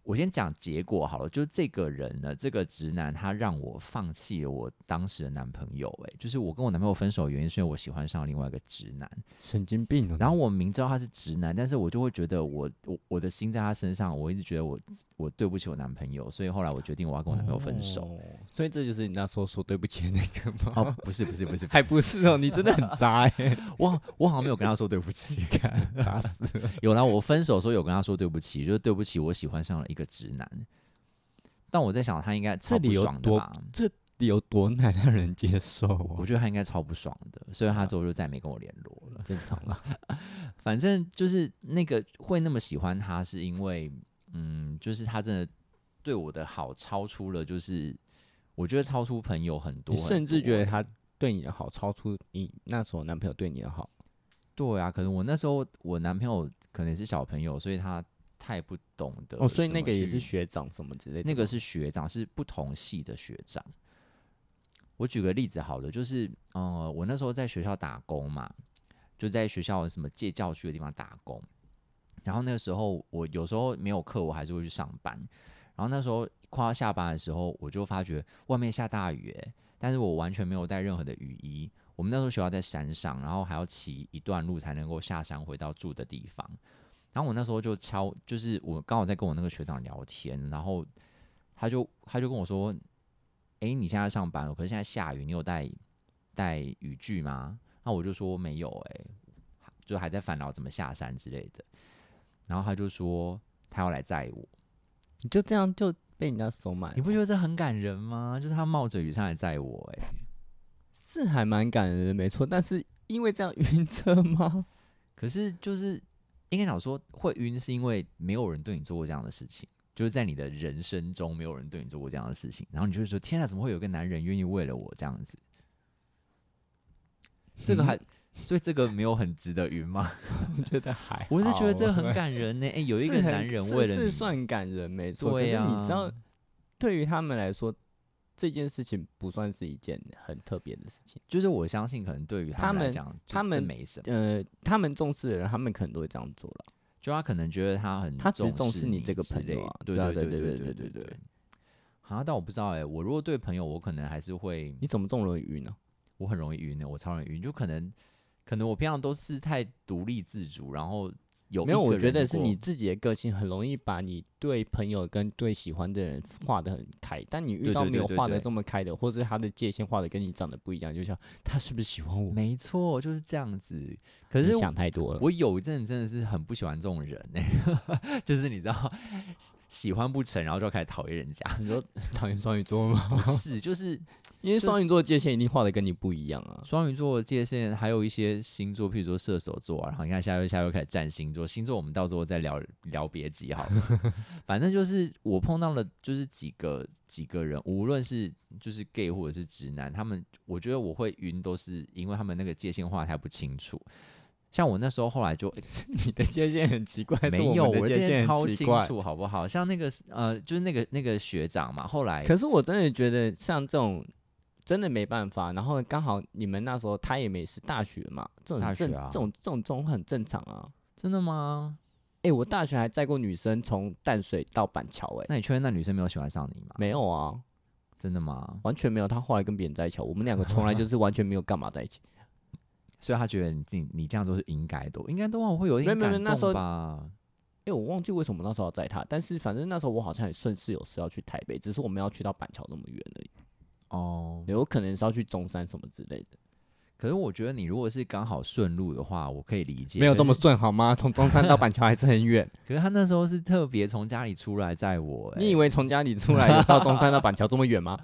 Speaker 2: 我先讲结果好了，就是这个人呢，这个直男他让我放弃了我当时的男朋友、欸，就是我跟我男朋友分手的原因是因为我喜欢上了另外一个直男，
Speaker 1: 神经病哦！
Speaker 2: 然后我明知道他是直男，但是我就会觉得我我我的心在他身上，我一直觉得我我对不起我男朋友，所以后来我决定我要跟我男朋友分手。
Speaker 1: 哦所以这就是你那时候说对不起的那个吗？
Speaker 2: 哦，不是不是不 是，
Speaker 1: 还不是哦，你真的很渣 哎、
Speaker 2: 我好我好像没有跟他说对不起。
Speaker 1: 渣死了！
Speaker 2: 有啦，我分手的时候有跟他说对不起，就是对不起，我喜欢上了一个直男。但我在想，他应该超
Speaker 1: 这
Speaker 2: 不
Speaker 1: 理由
Speaker 2: 爽的
Speaker 1: 多
Speaker 2: 吧？
Speaker 1: 有多难让人接受
Speaker 2: 我
Speaker 1: 啊？
Speaker 2: 觉得他应该超不爽的，所以他之后就再也没跟我联络了。
Speaker 1: 正常啦，
Speaker 2: 反正就是那个会那么喜欢他，是因为嗯，就是他真的对我的好超出了，就是我觉得超出朋友很多
Speaker 1: 你
Speaker 2: 很多
Speaker 1: 甚至觉得他对你的好超出你那时候男朋友对你的好，
Speaker 2: 对啊，可能我那时候我男朋友可能也是小朋友，所以他太不懂得
Speaker 1: 哦，所以
Speaker 2: 怎
Speaker 1: 那
Speaker 2: 么
Speaker 1: 个也
Speaker 2: 去
Speaker 1: 是学长什么之类的吗，
Speaker 2: 那个是学长，是不同系的学长。我举个例子好了，就是呃，我那时候在学校打工嘛，就在学校什么借教区的地方打工。然后那个时候我有时候没有课，我还是会去上班。然后那时候快要下班的时候，我就发觉外面下大雨、欸，但是我完全没有带任何的雨衣。我们那时候学校在山上，然后还要骑一段路才能够下山回到住的地方。然后我那时候就敲，就是我刚好在跟我那个学长聊天，然后他就他就跟我说：“诶，你现在上班了，哦可是现在下雨，你有带带雨具吗？”那我就说没有、诶，就还在烦恼怎么下山之类的。然后他就说他要来载我，
Speaker 1: 你就这样就被人家收买
Speaker 2: 你
Speaker 1: 了，
Speaker 2: 不觉得这很感人吗？就是他冒着雨上来载我、诶。
Speaker 1: 是还蛮感人的，没错。但是因为这样晕车吗？
Speaker 2: 可是就是应该讲说会晕，是因为没有人对你做过这样的事情，就是在你的人生中没有人对你做过这样的事情，然后你就会说天啊，怎么会有个男人愿意为了我这样子？这个
Speaker 1: 嗯
Speaker 2: 还、所以这个没有很值得 晕吗？
Speaker 1: 我觉得还好，啊
Speaker 2: 我是觉得这个很感人呢、诶，哎有一
Speaker 1: 是
Speaker 2: 个
Speaker 1: 很
Speaker 2: 男人
Speaker 1: 是
Speaker 2: 为了你，
Speaker 1: 是算感人，没错。
Speaker 2: 对啊呀、
Speaker 1: 可是你知道，对于他们来说，这件事情不算是一件很特别的事情。
Speaker 2: 就是我相信可能对于
Speaker 1: 他
Speaker 2: 们来
Speaker 1: 们
Speaker 2: 讲，就
Speaker 1: 他
Speaker 2: 这
Speaker 1: 们
Speaker 2: 没什么，
Speaker 1: 呃，他们重视的人，他们可能都会这样做了。
Speaker 2: 就他可能觉得他很
Speaker 1: 他只是重
Speaker 2: 视
Speaker 1: 视
Speaker 2: 你
Speaker 1: 你这个
Speaker 2: 之
Speaker 1: 朋友
Speaker 2: 类
Speaker 1: 啊
Speaker 2: 对
Speaker 1: 对啊
Speaker 2: 对
Speaker 1: 对对
Speaker 2: 对
Speaker 1: 对
Speaker 2: 对
Speaker 1: 对对
Speaker 2: 对。啊，但我不知道哎、我如果对朋友，我可能还是会，
Speaker 1: 你怎么这么容易晕呢、
Speaker 2: 我很容易晕的，欸我超容易晕，就可能可能我平常都是太独立自主，然后有
Speaker 1: 没有，
Speaker 2: 一个
Speaker 1: 我觉
Speaker 2: 人
Speaker 1: 得
Speaker 2: 如
Speaker 1: 是
Speaker 2: 果
Speaker 1: 你自己的个性很容易把你对朋友跟对喜欢的人画的很开，但你
Speaker 2: 对
Speaker 1: 遇到
Speaker 2: 对
Speaker 1: 没
Speaker 2: 对
Speaker 1: 有
Speaker 2: 对
Speaker 1: 画的
Speaker 2: 对
Speaker 1: 这么开的，或是他的界限画的跟你长得不一样，就像他是不是喜欢我？
Speaker 2: 没错就是这样子。可
Speaker 1: 你
Speaker 2: 是
Speaker 1: 想太多了。
Speaker 2: 我有一阵子真的是很不喜欢这种人哎、 就是你知道喜欢不成，然后就开始讨厌人家，
Speaker 1: 你说讨厌双鱼座吗？
Speaker 2: 不是就是
Speaker 1: 因为
Speaker 2: 就
Speaker 1: 双
Speaker 2: 是
Speaker 1: 鱼座的界限一定画的跟你不一样啊。
Speaker 2: 双鱼座的界限，还有一些星座，譬如说射手座啊，然后你看下又下又开始占星座，星座我们到时候再聊聊别集好了。 反正就是我碰到了，就是几个几个人，无论是就是 gay 或者是直男，他们我觉得我会晕，都是因为他们那个界限画得太不清楚。像我那时候后来就、
Speaker 1: 你的界限很奇怪，是
Speaker 2: 没有，
Speaker 1: 我们
Speaker 2: 我
Speaker 1: 的
Speaker 2: 这
Speaker 1: 界
Speaker 2: 边
Speaker 1: 限
Speaker 2: 超
Speaker 1: 很奇
Speaker 2: 清
Speaker 1: 怪。
Speaker 2: 楚，好不好？像那个呃，就是那个那个学长嘛，后来
Speaker 1: 可是我真的觉得像这种真的没办法。然后刚好你们那时候他也没是大学嘛，这种
Speaker 2: 大
Speaker 1: 很正、
Speaker 2: 学啊
Speaker 1: 这种这种状况很正常啊。
Speaker 2: 真的吗？
Speaker 1: 哎、我大学还载过女生从淡水到板桥、 欸，哎，
Speaker 2: 那你确认那女生没有喜欢上你吗？
Speaker 1: 没有啊，
Speaker 2: 真的吗？
Speaker 1: 完全没有。她后来跟别人在一起，我们两个从来就是完全没有干嘛在一起。
Speaker 2: 所以他觉得你自己你这样做是应该的，应该的话我会有一
Speaker 1: 没
Speaker 2: 点
Speaker 1: 有没有
Speaker 2: 感
Speaker 1: 那时
Speaker 2: 动
Speaker 1: 候
Speaker 2: 吧？
Speaker 1: 哎、我忘记为什么那时候要载她，但是反正那时候我好像也顺势有事要去台北，只是我们要去到板桥那么远而已，
Speaker 2: 哦，
Speaker 1: 有可能是要去中山什么之类的，
Speaker 2: 可是我觉得你如果是刚好顺路的话，我可以理解。
Speaker 1: 没有
Speaker 2: 可
Speaker 1: 这么
Speaker 2: 是，
Speaker 1: 顺好吗？从中山到板桥还是很 远。
Speaker 2: 可是他那时候是特别从家里出来载我、欸，
Speaker 1: 你以为从家里出来有到中山到板桥这么远吗？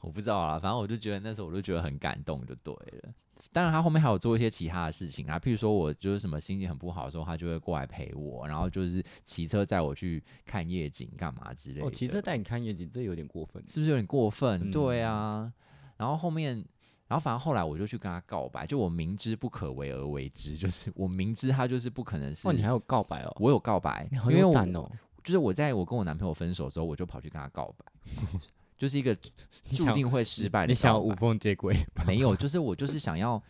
Speaker 2: 我不知道啊，反正我就觉得那时候我就觉得很感动，就对了。当然，他后面还有做一些其他的事情啊，譬如说我就是什么心情很不好的时候，他就会过来陪我，然后就是骑车载我去看夜景干嘛之类的。
Speaker 1: 哦，骑车带你看夜景，这有点过分。
Speaker 2: 是不是有点过分？
Speaker 1: 嗯
Speaker 2: 对啊，然后后面，然后反正后来我就去跟他告白，就我明知不可为而为之，就是我明知他就是不可能是。
Speaker 1: 哦，你还有告白哦，
Speaker 2: 我有告白，
Speaker 1: 你好
Speaker 2: 因为
Speaker 1: 有
Speaker 2: 我
Speaker 1: 胆哦，
Speaker 2: 就是我在我跟我男朋友分手之后，我就跑去跟他告 白，就是一个
Speaker 1: 你
Speaker 2: 注
Speaker 1: 想
Speaker 2: 定会失败的
Speaker 1: 你想要
Speaker 2: 告
Speaker 1: 无
Speaker 2: 白。
Speaker 1: 缝接轨？
Speaker 2: 没有，就是我就是想要，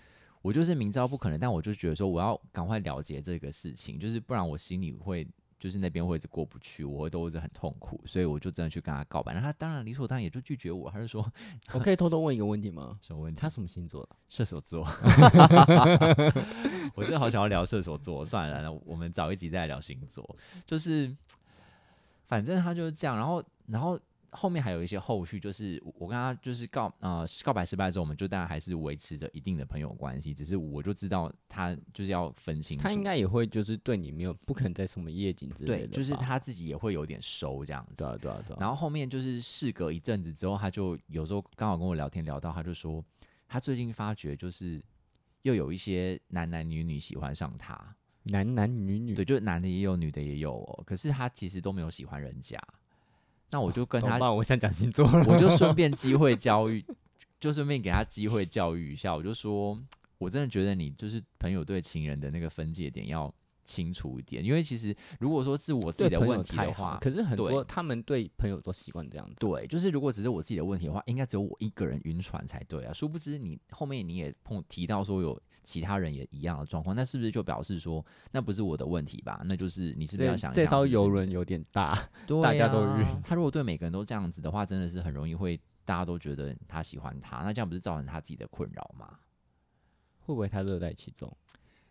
Speaker 2: 我就是明知道不可能，但我就觉得说我要赶快了结这个事情，就是不然我心里会就是那边会一直过不去，我会都会一直很痛苦，所以我就真的去跟他告白。那他当然理所当然也就拒绝我，他就说
Speaker 1: 我可以偷偷问一个问题吗？
Speaker 2: 什么问题？
Speaker 1: 他什么星座的？
Speaker 2: 射手 座，我真的好想要聊射手座。算了，那我们早一集再来聊星座。就是，反正他就是这样。然后，然后后面还有一些后续，就是我我跟他就是告呃告白失败之后，我们就当然还是维持着一定的朋友关系，只是我就知道他就是要分清楚。
Speaker 1: 他应该也会就是对你没有不可能在什么夜景之类
Speaker 2: 对，
Speaker 1: 的吧，
Speaker 2: 就是他自己也会有点收这样子
Speaker 1: 对。啊对啊对啊。
Speaker 2: 然后后面就是事隔一阵子之后，他就有时候刚好跟我聊天聊到，他就说他最近发觉就是又有一些男男女女喜欢上他，
Speaker 1: 男男女女，
Speaker 2: 对，就是男的也有，女的也有哦，可是他其实都没有喜欢人家。那我就跟
Speaker 1: 哦怎么
Speaker 2: 他，
Speaker 1: 办？我想讲星座了。
Speaker 2: 我就顺便机会教育，就顺便给他机会教育一下，我就说我真的觉得你就是朋友对情人的那个分界点要清楚一点，因为其实如果说是我自己
Speaker 1: 对
Speaker 2: 的
Speaker 1: 朋
Speaker 2: 问
Speaker 1: 友
Speaker 2: 题的
Speaker 1: 太
Speaker 2: 话
Speaker 1: 好，，可是很
Speaker 2: 对
Speaker 1: 多他们对朋友都习惯这样子。
Speaker 2: 对，就是如果只是我自己的问题的话，应该只有我一个人晕船才对啊。殊不知你后面你也碰提到说有其他人也一样的状况，那是不是就表示说那不是我的问题吧？那就是你是不是要
Speaker 1: 这
Speaker 2: 想一
Speaker 1: 这
Speaker 2: 想
Speaker 1: 艘
Speaker 2: 是不
Speaker 1: 游
Speaker 2: 是
Speaker 1: 轮有点大，
Speaker 2: 对
Speaker 1: 大家都
Speaker 2: 啊
Speaker 1: 晕
Speaker 2: 他如果对每个人都这样子的话，真的是很容易会大家都觉得他喜欢他，那这样不是造成他自己的困扰吗？
Speaker 1: 会不会太乐在其中？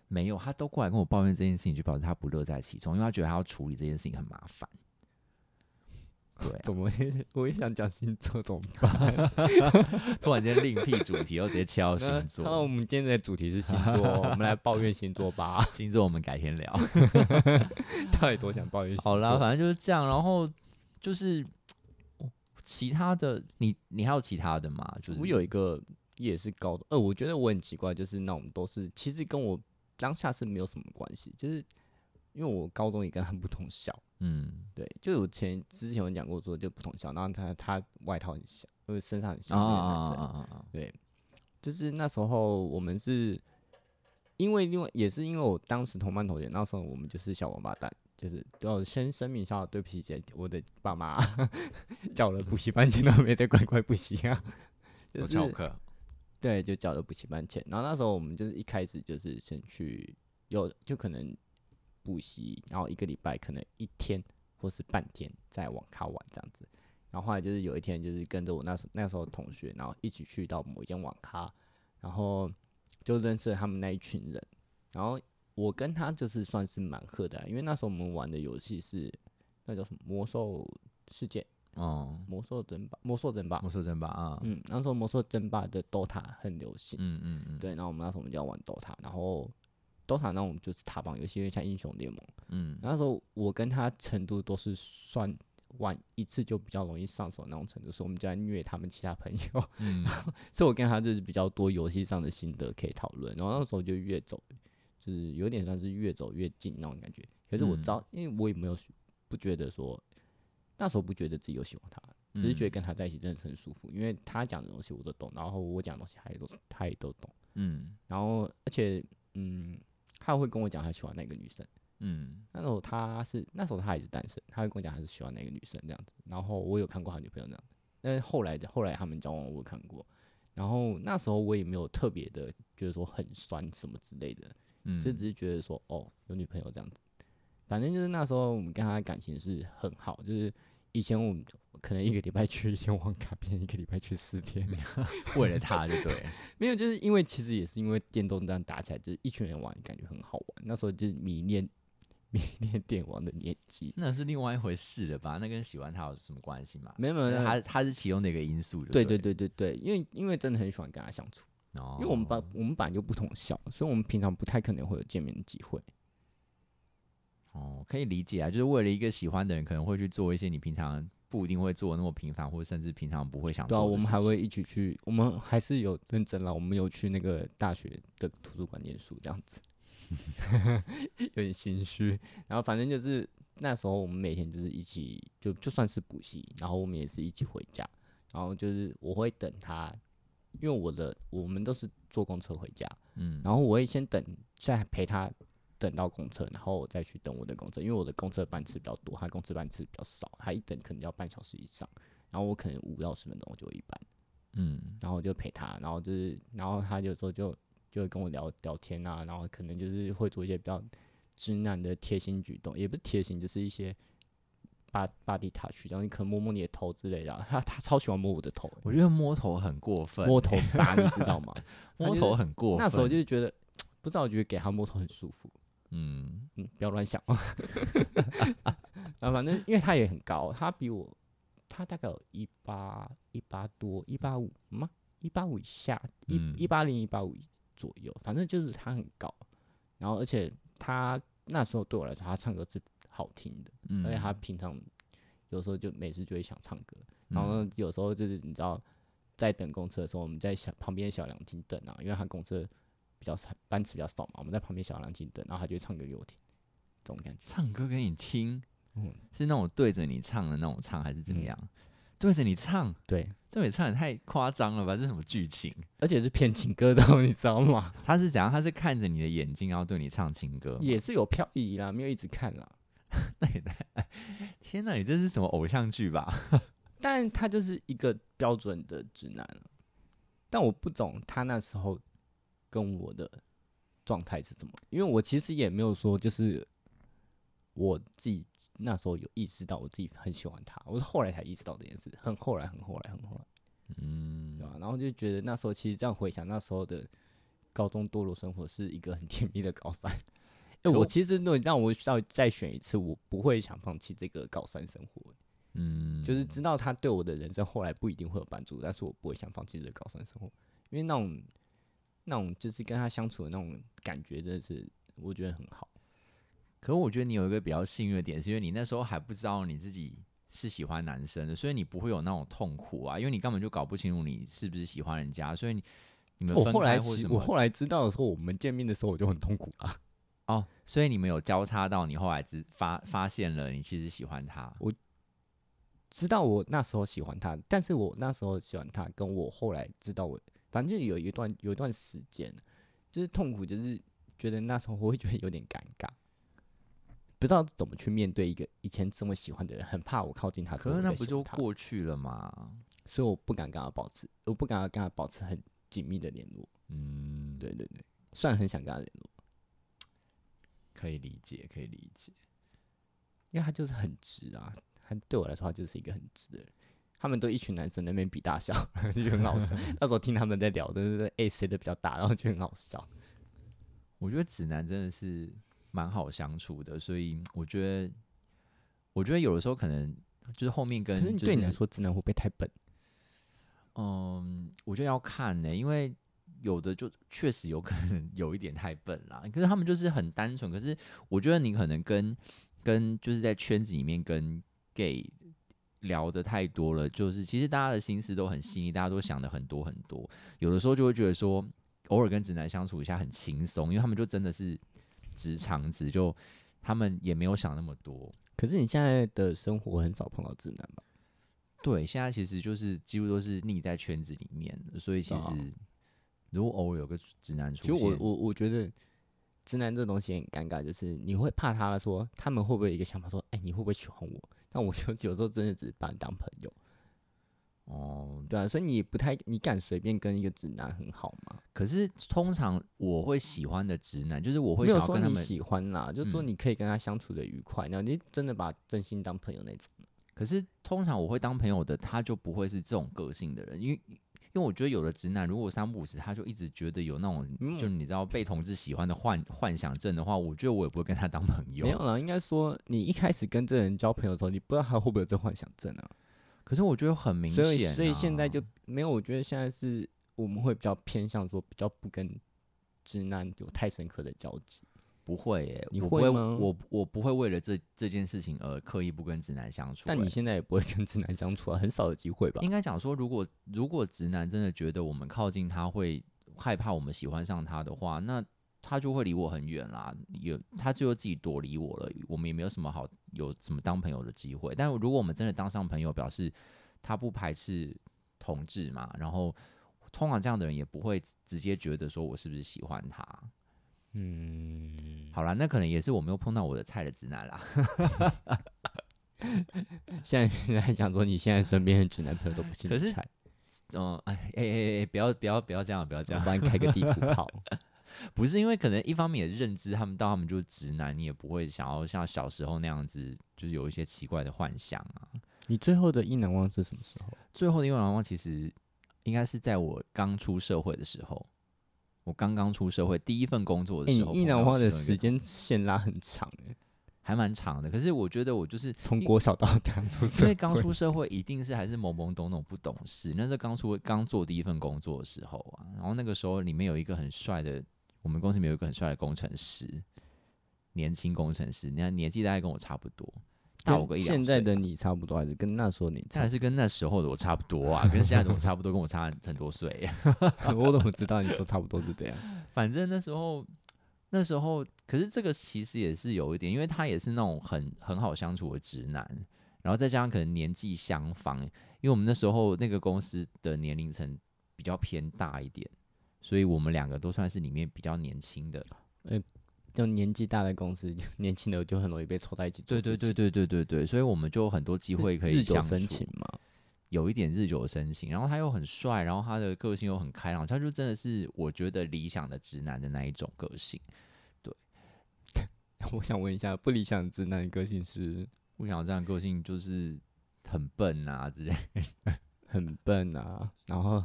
Speaker 2: 没有，他都过来跟我抱怨这件事情，就表示他不乐在其中，因为他觉得他要处理这件事情很麻烦。对啊、
Speaker 1: 怎么也我也想讲星座，怎么办？
Speaker 2: 突然间另辟主题，又直接切到哦星
Speaker 1: 那呃那我
Speaker 2: 座。
Speaker 1: 们今天的主题是星座哦，我们来抱怨星座吧。
Speaker 2: 星座我们改天聊。
Speaker 1: 到底多想抱怨星座？
Speaker 2: 好啦，反正就是这样。然后就是哦其他的，你你还有其他的吗？就是
Speaker 1: 我有一个也是高中，呃，我觉得我很奇怪，就是那种都是其实跟我当下是没有什么关系，就是因为我高中也跟他不同校，
Speaker 2: 嗯
Speaker 1: 对，就我前之前有讲过说就不同校，然后他他外套很像，呃，身上很
Speaker 2: 啊
Speaker 1: 像
Speaker 2: 啊
Speaker 1: 那个男
Speaker 2: 啊
Speaker 1: 生，
Speaker 2: 啊啊啊！
Speaker 1: 对，就是那时候我们是因为另外也是因为我当时同班同学，那时候我们就是小王八蛋，就是要先声明一下，对不起姐，我的爸妈 叫了补习班钱都没在乖乖补习啊，就
Speaker 2: 我
Speaker 1: 是
Speaker 2: 翘课，
Speaker 1: 对，就缴了补习班钱。然后那时候我们就是一开始就是先去有就可能补习，然后一个礼拜可能一天或是半天在网咖玩这样子。然后后来就是有一天就是跟着我那时那时候的同学，然后一起去到某一间网咖，然后就认识了他们那一群人。然后我跟他就是算是蛮合的啊、因为那时候我们玩的游戏是那叫什么魔兽世界、
Speaker 2: 哦，
Speaker 1: 魔兽争霸、魔兽争霸。
Speaker 2: 魔兽争霸啊，嗯
Speaker 1: 嗯，那时候魔兽争霸的 DOTA 很流行，
Speaker 2: 嗯嗯，
Speaker 1: 对，然后我们那时候我们就要玩 DOTA，然后 DOTA 那种就是塔防游戏，有点像英雄联盟。
Speaker 2: 嗯
Speaker 1: 那时候我跟他程度都是算玩一次就比较容易上手那种程度，所以我们就在虐他们其他朋友，
Speaker 2: 嗯，
Speaker 1: 所以我跟他就是比较多游戏上的心得可以讨论。然后那时候就越走，就是有点算是越走越近那种感觉。可是我知
Speaker 2: 嗯
Speaker 1: 道，因为我也没有不觉得说那时候不觉得自己有喜欢他。只是觉得
Speaker 2: 嗯
Speaker 1: 跟他在一起真的是很舒服，因为他讲的东西我都懂，然后我讲的东西他也都他也都懂。
Speaker 2: 嗯
Speaker 1: 然后而且嗯，他会跟我讲他喜欢哪个女生。
Speaker 2: 嗯
Speaker 1: 那时候他是那时候他也是单身，他会跟我讲他是喜欢哪个女生这样子。然后我有看过他女朋友这样，但是后来的后来他们交往我有看过。然后那时候我也没有特别的觉得说很酸什么之类的，
Speaker 2: 嗯，
Speaker 1: 就只是觉得说哦有女朋友这样子。反正就是那时候我们跟他的感情是很好，就是以前我们可能一个礼拜去一天网咖，变成一个礼拜去四天，
Speaker 2: 为了他就对了，
Speaker 1: 没有，就是因为其实也是因为电动这样打起来，就是一群人玩，感觉很好玩。那时候就是迷恋迷恋电玩的年纪，
Speaker 2: 那是另外一回事了吧？那跟喜欢他有什么关系嘛？
Speaker 1: 没有没有，
Speaker 2: 那
Speaker 1: 那
Speaker 2: 他他是其中的一个因素就
Speaker 1: 对
Speaker 2: 对
Speaker 1: 对对对对，因为因为真的很喜欢跟他相处，
Speaker 2: 了，哦
Speaker 1: 因为我们班我们本来就不同校，所以我们平常不太可能会有见面的机会。
Speaker 2: 哦，可以理解啊，就是为了一个喜欢的人，可能会去做一些你平常不一定会做的那么频繁，或者甚至平常不会想
Speaker 1: 对
Speaker 2: 做
Speaker 1: 啊，
Speaker 2: 的
Speaker 1: 我们还
Speaker 2: 事情
Speaker 1: 会一起去，我们还是有认真了，我们有去那个大学的图书馆念书这样 子，有点心虚。然后反正就是那时候我们每天就是一起，就就算是补习，然后我们也是一起回家，然后就是我会等他，因为我的我们都是坐公车回家，
Speaker 2: 嗯
Speaker 1: 然后我会先等，再陪他等到公车，然后我再去等我的公车，因为我的公车班次比较多，他公车班次比较少，他一等可能要半小时以上，然后我可能五到十分钟我就有一班，
Speaker 2: 嗯
Speaker 1: 然后我就陪他，然后就是，然后他有时候就就会跟我聊聊天啊，然后可能就是会做一些比较直男的贴心举动，也不是贴心，就是一些。巴巴蒂塔去，然后你可能摸摸你的头之类的啊，他他超喜欢摸我的头欸，
Speaker 2: 我觉得摸头很过分欸，
Speaker 1: 摸头杀，你知道吗？他
Speaker 2: 摸
Speaker 1: 就是
Speaker 2: 头很过分，
Speaker 1: 那时候就是觉得，不知道，我觉得给他摸头很舒服，
Speaker 2: 嗯
Speaker 1: 嗯，不要乱想 啊。啊，反正因为他也很高，他比我，他大概有一八一八多，一八五吗？一八五以下，一
Speaker 2: 嗯
Speaker 1: 一八零一八五左右，反正就是他很高。然后而且他那时候对我来说，他唱歌是好听的，
Speaker 2: 嗯，
Speaker 1: 而且他平常有时候就每次就会想唱歌，然后
Speaker 2: 嗯
Speaker 1: 呢有时候就是你知道，在等公车的时候，我们在小旁边小凉亭等啊，因为他公车比较少，班次比较少嘛，我们在旁边小凉亭等，然后他就会唱歌给我听，这种感觉。
Speaker 2: 唱歌给你听，
Speaker 1: 嗯，
Speaker 2: 是那种对着你唱的那种唱，还是怎么
Speaker 1: 嗯
Speaker 2: 样？对着你唱，
Speaker 1: 对，
Speaker 2: 对着你唱也太夸张了吧？这是什么剧情？
Speaker 1: 而且是骗情歌的哦， 你知道吗？
Speaker 2: 他是怎样？他是看着你的眼睛，然后对你唱情歌吗？
Speaker 1: 也是有漂移啦，没有一直看啦。
Speaker 2: 那也太……天哪，你这是什么偶像剧吧？
Speaker 1: 但他就是一个标准的直男了，但我不懂他那时候跟我的状态是怎么，因为我其实也没有说就是我自己那时候有意识到我自己很喜欢他，我是后来才意识到这件事，很后来，很后来，很后来，
Speaker 2: 嗯
Speaker 1: 啊对吧、然后就觉得那时候其实这样回想那时候的高中堕落生活是一个很甜蜜的高 三。哎、
Speaker 2: 可
Speaker 1: 我
Speaker 2: 我
Speaker 1: 其实如果让我再再选一次，我不会想放弃这个高三生活。
Speaker 2: 嗯，
Speaker 1: 就是知道他对我的人生后来不一定会有帮助，但是我不会想放弃这个高三生活，因为那种那种就是跟他相处的那种感觉，真的是我觉得很好。
Speaker 2: 可我觉得你有一个比较幸运的点，是因为你那时候还不知道你自己是喜欢男生的，所以你不会有那种痛苦啊，因为你根本就搞不清楚你是不是喜欢人家，所以你你们
Speaker 1: 我
Speaker 2: 分
Speaker 1: 后来
Speaker 2: 开或
Speaker 1: 其
Speaker 2: 什
Speaker 1: 我
Speaker 2: 么
Speaker 1: 后来知道的时候，我们见面的时候我就很痛苦啊。
Speaker 2: 哦，所以你们有交叉到你后来只发发现了你其实喜欢他，
Speaker 1: 知道我那时候喜欢他，但是我那时候喜欢他，跟我后来知道我，反正就有一段有一段时间，就是痛苦，就是觉得那时候我会觉得有点尴尬，不知道怎么去面对一个以前这么喜欢的人，很怕我靠近他之后
Speaker 2: 可是
Speaker 1: 我
Speaker 2: 那
Speaker 1: 再
Speaker 2: 不
Speaker 1: 喜
Speaker 2: 就
Speaker 1: 欢他，
Speaker 2: 过去了嘛？
Speaker 1: 所以我不敢跟他保持，我不敢跟他保持很紧密的联络。
Speaker 2: 嗯，
Speaker 1: 对对对，虽然很想跟他联络，
Speaker 2: 可以理解，可以理解。
Speaker 1: 因为他就是很直啊，他对我来说他就是一个很直的人。他们都一群男生在那边比大小， 就很好 笑。那时候听他们在聊，就是哎谁的比较大，然后就很好笑。
Speaker 2: 我觉得直男真的是蛮好相处的，所以我觉得，我觉得有的时候可能就是后面
Speaker 1: 可
Speaker 2: 跟、就是是、
Speaker 1: 对你来说，直男会不会太笨？
Speaker 2: 嗯，我觉得要看呢、因为有的就确实有可能 有一点太笨啦。可是他们就是很单纯，可是我觉得你可能跟跟就是在圈子里面跟 gay 聊的太多了，就是其实大家的心思都很细腻，大家都想的很多很多，有的时候就会觉得说，偶尔跟直男相处一下很轻松，因为他们就真的是直肠子，就他们也没有想那么多。
Speaker 1: 可是你现在的生活很少碰到直男吧？
Speaker 2: 对，现在其实就是几乎都是腻在圈子里面的，所以其
Speaker 1: 对啊
Speaker 2: 实如果偶尔有个直男
Speaker 1: 其实
Speaker 2: 出
Speaker 1: 我
Speaker 2: 现，
Speaker 1: 我我觉得直男这东西很尴尬，就是你会怕他说他们会不会有一个想法说，哎、你会不会喜欢我？但我就 有时候真的只是把你当朋友，
Speaker 2: 哦，
Speaker 1: 对啊，所以你不太你敢随便跟一个直男很好吗？
Speaker 2: 可是通常我会喜欢的直男，就是我会
Speaker 1: 没
Speaker 2: 想
Speaker 1: 有
Speaker 2: 要
Speaker 1: 说
Speaker 2: 跟他
Speaker 1: 你
Speaker 2: 们，
Speaker 1: 喜欢啦，就说
Speaker 2: 嗯
Speaker 1: 你可以跟他相处的愉快，然后你真的把真心当朋友那种。
Speaker 2: 可是通常我会当朋友的，他就不会是这种个性的人，因为。因为我觉得有的直男，如果三不五时，他就一直觉得有那种，
Speaker 1: 嗯
Speaker 2: 就是你知道被同志喜欢的幻幻想症的话，我觉得我也不会跟他当朋友。
Speaker 1: 没有啦，应该说你一开始跟这个人交朋友的时候，你不知道他会不会有这幻想症啊。
Speaker 2: 可是我觉得很明显、
Speaker 1: 所
Speaker 2: 啊
Speaker 1: 以所以现在就没有，我觉得现在是我们会比较偏向说比较不跟直男有太深刻的交集。
Speaker 2: 不会耶、
Speaker 1: 你
Speaker 2: 我不
Speaker 1: 会
Speaker 2: 会
Speaker 1: 吗
Speaker 2: 我我不会为了这这件事情而刻意不跟直男相处、
Speaker 1: 但你
Speaker 2: 欸
Speaker 1: 现在也不会跟直男相处啊，很少有机会吧？
Speaker 2: 应该讲说，如果如果直男真的觉得我们靠近他会害怕我们喜欢上他的话，那他就会离我很远啦，有他最后自己躲离我了，我们也没有什么好有什么当朋友的机会。但如果我们真的当上朋友，表示他不排斥同志嘛，然后通常这样的人也不会直接觉得说我是不是喜欢他。
Speaker 1: 嗯，
Speaker 2: 好啦，那可能也是我没有碰到我的菜的直男啦。
Speaker 1: 现在现在想说你现在身边的直男朋友都不是
Speaker 2: 可
Speaker 1: 你
Speaker 2: 是
Speaker 1: 的菜，
Speaker 2: 嗯，哎哎哎哎，不要不要不要这样，不要这
Speaker 1: 我
Speaker 2: 样，
Speaker 1: 帮你开个 地图炮。
Speaker 2: 不是因为可能一方面也认知他们到他们就是直男，你也不会想要像小时候那样子，就是有一些奇怪的幻想啊。
Speaker 1: 你最后的意难忘是什么时候？
Speaker 2: 最后的愿望其实应该是在我刚出社会的时候，我刚刚出社会第一份工作
Speaker 1: 哎、
Speaker 2: 的时候，
Speaker 1: 你意难忘的时
Speaker 2: 时
Speaker 1: 间线拉很长哎、
Speaker 2: 还蛮长的，可是我觉得我就是
Speaker 1: 从
Speaker 2: 因
Speaker 1: 国小到刚出
Speaker 2: 因
Speaker 1: 社
Speaker 2: 为
Speaker 1: 会，
Speaker 2: 刚出社会，一定是还是懵懵懂懂、不懂事。那是刚出刚做第一份工作的时候啊，然后那个时候里面有一个很帅的，我们公司里面有一个很帅的工程师，年轻工程师，你看年纪大概跟我差不多，大我个
Speaker 1: 跟
Speaker 2: 一两
Speaker 1: 现在
Speaker 2: 岁
Speaker 1: 的你差不多，还是跟那时候你
Speaker 2: 当
Speaker 1: 差
Speaker 2: 然是跟那时候的我差不多啊，跟现在的我差不多，跟我差很很多岁。啊
Speaker 1: 不多？我 怎么知道你说差不多是这样？
Speaker 2: 反正那时候，那时候，可是这个其实也是有一点，因为他也是那种很很好相处的直男，然后再加上可能年纪相仿，因为我们那时候那个公司的年龄层比较偏大一点，所以我们两个都算是里面比较年轻的。
Speaker 1: 就年纪大的公司，年轻的就很容易被凑在一起做
Speaker 2: 对
Speaker 1: 事
Speaker 2: 对
Speaker 1: 情。
Speaker 2: 对对对对对，所以我们就很多机会可以
Speaker 1: 日久
Speaker 2: 相
Speaker 1: 生
Speaker 2: 处
Speaker 1: 情，嘛。
Speaker 2: 有一点日久生情。然后他又很帅，然后他的个性又很开朗，他就真的是我觉得理想的直男的那一种个性。
Speaker 1: 我想问一下，不理想直男的个性是
Speaker 2: 我想这样的个性就是很笨啊之类。
Speaker 1: 很笨啊，然后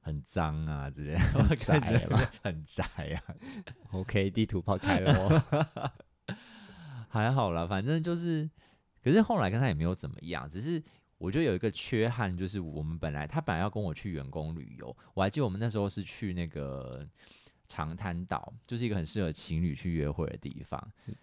Speaker 2: 很脏啊之类的， 我
Speaker 1: 宅
Speaker 2: 看着
Speaker 1: 啦
Speaker 2: 很宅啊，
Speaker 1: OK，地图炮开了哦。
Speaker 2: 还好啦，反正就是，可是后来跟他也没有怎么样，只是我觉得有一个缺憾，就是我们本来他本来要跟我去员工旅游，我还记得我们那时候是去那个长滩岛，就是一个很适合情侣去约会的地方。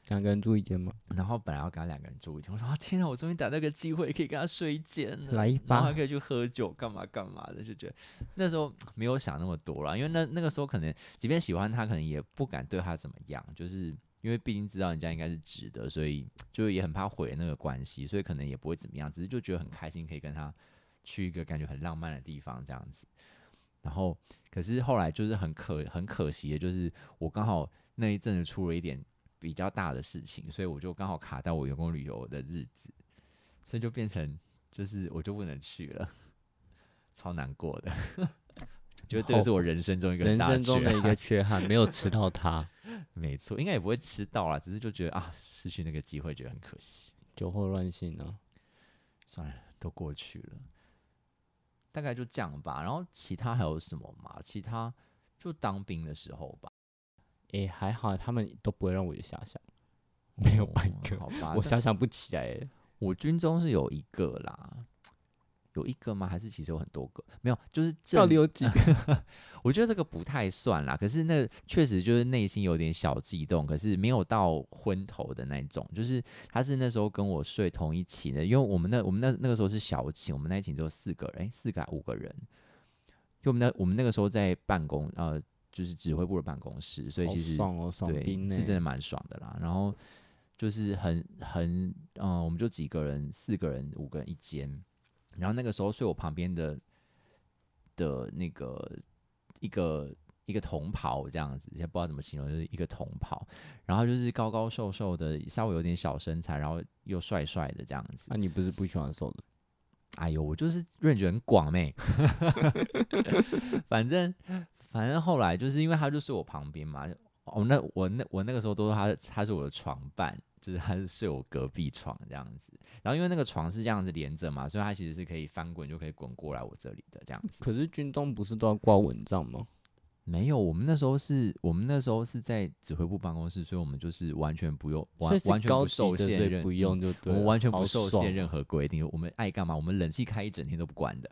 Speaker 1: 两个人住一间 吗？
Speaker 2: 然后本来要跟他两个人住一天，我说、啊、天啊，我终于逮到个机会可以跟他睡一间了，
Speaker 1: 来一
Speaker 2: 然
Speaker 1: 发
Speaker 2: 后还可以去喝酒，干嘛干嘛的，就觉得那时候没有想那么多啦，因为那那个时候可能即便喜欢他，可能也不敢对他怎么样，就是因为毕竟知道人家应该是值得，所以就也很怕毁了那个关系，所以可能也不会怎么样，只是就觉得很开心，可以跟他去一个感觉很浪漫的地方这样子。然后，可是后来就是很可很可惜的，就是我刚好那一阵子出了一点比较大的事情，所以我就刚好卡到我员工旅游的日子，所以就变成就是我就不能去了，超难过的。 觉得这个是我人生中一个很
Speaker 1: 人
Speaker 2: 大
Speaker 1: 生中
Speaker 2: 缺
Speaker 1: 的一 个缺憾，没有吃到它，
Speaker 2: 没错，应该也不会吃到啦，只是就觉得啊，失去那个机会，觉得很可惜。
Speaker 1: 酒后乱性啊呢？
Speaker 2: 算了，都过去了，大概就这样吧。然后其他还有什么嘛？其他就当兵的时候吧，
Speaker 1: 也、还好，他们都不会让我有遐想，没有
Speaker 2: 哦
Speaker 1: 半个，
Speaker 2: 好吧，
Speaker 1: 我遐
Speaker 2: 但
Speaker 1: 想不起来欸。
Speaker 2: 我军中是有一个啦，有一个吗？还是其实有很多个？没有，就是这
Speaker 1: 到 底有几个？
Speaker 2: 我觉得这个不太算啦，可是那确实就是内心有点小悸动，可是没有到昏头的那种。就是他是那时候跟我睡同一寝的，因为我们那我们那那个时候是小寝，我们那一寝只有四个人，诶四个还五个人。就我们那我们那个时候在办公呃，就是指挥部的办公室，所以
Speaker 1: 好
Speaker 2: 其实
Speaker 1: 爽哦，爽
Speaker 2: 对
Speaker 1: 兵呢、
Speaker 2: 是真的蛮爽的啦。然后就是很很嗯、呃我们就几个人，四个人、五个人一间。然后那个时候睡我旁边的的那个一个一个同袍这样子，也不知道怎么形容，就是一个同袍。然后就是高高瘦瘦的，稍微有点小身材，然后又帅帅的这样子
Speaker 1: 那、。你不是不喜欢瘦的？
Speaker 2: 哎呦，我就是 range 很广妹， 反正反正后来就是因为他就睡我旁边嘛，哦，那我那我那个时候都说他他是我的床伴，就是他是睡我隔壁床这样子。然后因为那个床是这样子连着嘛，所以他其实是可以翻滚就可以滚过来我这里的这样子。
Speaker 1: 可是军中不是都要挂蚊帐吗？
Speaker 2: 没有，我们那时候是我们那时候是在指挥部办公室，所以我们就是完全不用完
Speaker 1: 所以是
Speaker 2: 完全
Speaker 1: 高
Speaker 2: 不
Speaker 1: 级的，
Speaker 2: 受限
Speaker 1: 所以
Speaker 2: 任嗯
Speaker 1: 不用就
Speaker 2: 我
Speaker 1: 对了。
Speaker 2: 们完全
Speaker 1: 好
Speaker 2: 不受
Speaker 1: 爽
Speaker 2: 限任何规定，我们爱干嘛，我们冷气开一整天都不关的。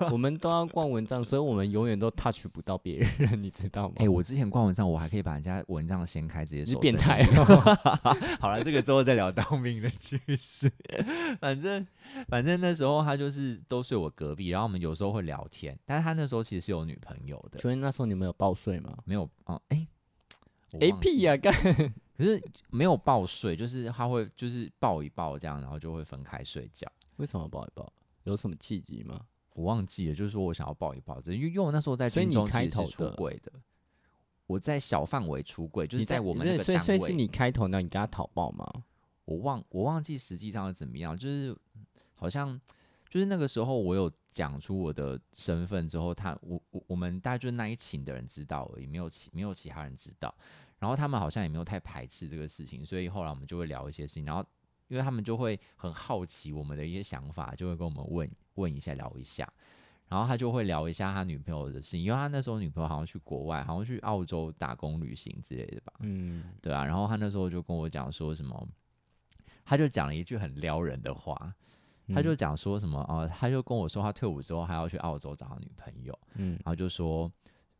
Speaker 1: 哦，我们都要挂蚊帐，所以我们永远都 touch 不到别人， 你知道吗？
Speaker 2: 哎、我之前逛文章，我还可以把人家文章掀开，直接
Speaker 1: 你是
Speaker 2: 手
Speaker 1: 变
Speaker 2: 伸
Speaker 1: 态
Speaker 2: 进去
Speaker 1: 哦
Speaker 2: 好了，这 个之后再聊当兵的趣事。反正反正那时候他就是都睡我隔壁，然后我们有时候会聊天，但是他那时候其实是有女朋友的，
Speaker 1: 所以那时候你们有报税吗
Speaker 2: 没有哦，哎、我
Speaker 1: ？A
Speaker 2: 忘记
Speaker 1: P 呀，干
Speaker 2: 可是没有抱睡，就是他会就是抱一抱这样，然后就会分开睡觉。
Speaker 1: 为什么要报一报？有什么契机吗？
Speaker 2: 我忘记了，就是说我想要抱一抱，只是因为因为我那时候在
Speaker 1: 所以
Speaker 2: 军
Speaker 1: 你
Speaker 2: 中
Speaker 1: 开
Speaker 2: 其实
Speaker 1: 头
Speaker 2: 是出
Speaker 1: 的
Speaker 2: 柜的，我在小范围出柜，就
Speaker 1: 你
Speaker 2: 是在我们那
Speaker 1: 不
Speaker 2: 个
Speaker 1: 是所以所
Speaker 2: 单
Speaker 1: 以是
Speaker 2: 位。
Speaker 1: 你开头，那你跟他讨报吗？
Speaker 2: 我忘我忘记实际上是怎么样，就是好像就是那个时候我有讲出我的身份之后，他我我我们大概就那一寝的人知道而已，没有其没有其他人知道，然后他们好像也没有太排斥这个事情，所以后来我们就会聊一些事情，然后因为他们就会很好奇我们的一些想法，就会跟我们问问一下聊一下。然后他就会聊一下他女朋友的事情，因为他那时候女朋友好像去国外，好像去澳洲打工旅行之类的吧。
Speaker 1: 嗯，
Speaker 2: 对啊，然后他那时候就跟我讲说什么，他就讲了一句很撩人的话，他
Speaker 1: 嗯
Speaker 2: 就讲说什么哦、呃他就跟我说他退伍之后还要去澳洲找他女朋友，
Speaker 1: 嗯，
Speaker 2: 然后就说，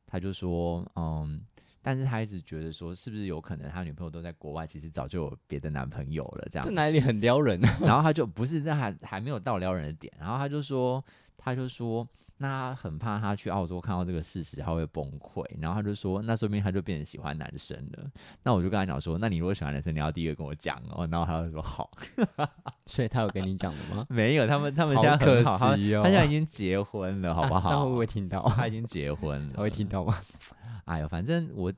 Speaker 2: 他就说，嗯，但是他一直觉得说是不是有可能他女朋友都在国外，其实早就有别的男朋友了这样
Speaker 1: 这，哪里很撩人啊？
Speaker 2: 然后他就不是那还还没有到撩人的点，然后他就说，他就说。那他很怕他去澳洲看到这个事实，他会崩溃。然后他就说，那说明他就变成喜欢男生了。那我就跟他讲说，那你如果喜欢男生，你要第一个跟我讲哦。然后他就说 好，？
Speaker 1: 所以他有跟你讲了吗
Speaker 2: 没有，他们他们
Speaker 1: 好
Speaker 2: 现在很
Speaker 1: 可
Speaker 2: 好，他
Speaker 1: 惜哦
Speaker 2: 他现在已经结婚了，好不
Speaker 1: 他会
Speaker 2: 好？
Speaker 1: 不会听到？
Speaker 2: 他已经结婚
Speaker 1: 他
Speaker 2: 了
Speaker 1: 会，听到吗？
Speaker 2: 哎呦，反正我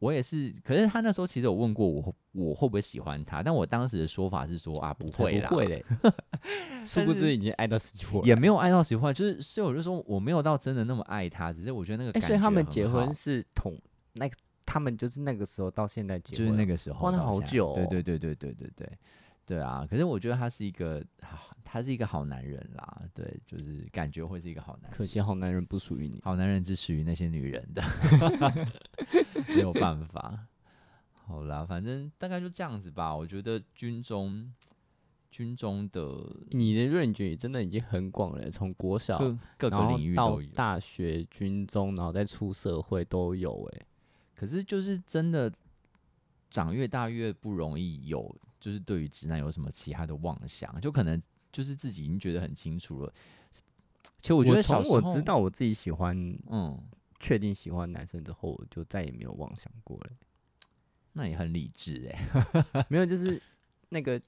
Speaker 2: 我也是，可是他那时候其实有问过我会，我会不会喜欢他，但我当时的说法是说啊，不会
Speaker 1: 才
Speaker 2: 啦，
Speaker 1: 不 会嘞。殊不知已经爱到死去活来。
Speaker 2: 也没有爱到喜欢，就是所以我就说我没有到真的那么爱他，只是我觉得那个
Speaker 1: 哎、
Speaker 2: 感觉、
Speaker 1: 所以他们结婚。是同那个他们就是那个时候到现在结
Speaker 2: 就
Speaker 1: 婚，
Speaker 2: 是那个时候
Speaker 1: 哇
Speaker 2: 到
Speaker 1: 那
Speaker 2: 现在，
Speaker 1: 好久
Speaker 2: 对
Speaker 1: 哦
Speaker 2: 对对对对对对。对啊，可是我觉得他是一个，啊他是一个好男人啦，对，就是感觉会是一个好男人。
Speaker 1: 可惜好男人不属于你。
Speaker 2: 好男人只属于那些女人的， 没有办法。好啦，反正大概就这样子吧。我觉得军中，军中的
Speaker 1: 你的论据真的已经很广了，从国小
Speaker 2: 各各
Speaker 1: 然
Speaker 2: 个
Speaker 1: 后
Speaker 2: 领域
Speaker 1: 到
Speaker 2: 都有。
Speaker 1: 大学、军中，然后再出社会都有、欸。
Speaker 2: 可是就是真的长越大越不容易有，就是对于直男有什么其他的妄想，就可能就是自己已经觉得很清楚了。其实我觉得小
Speaker 1: 从
Speaker 2: 时候
Speaker 1: 我知，道我自己喜欢、
Speaker 2: 嗯，
Speaker 1: 确定喜欢男生之后，我就再也没有妄想过了、
Speaker 2: 那也很理智哎、
Speaker 1: 没有，就是那个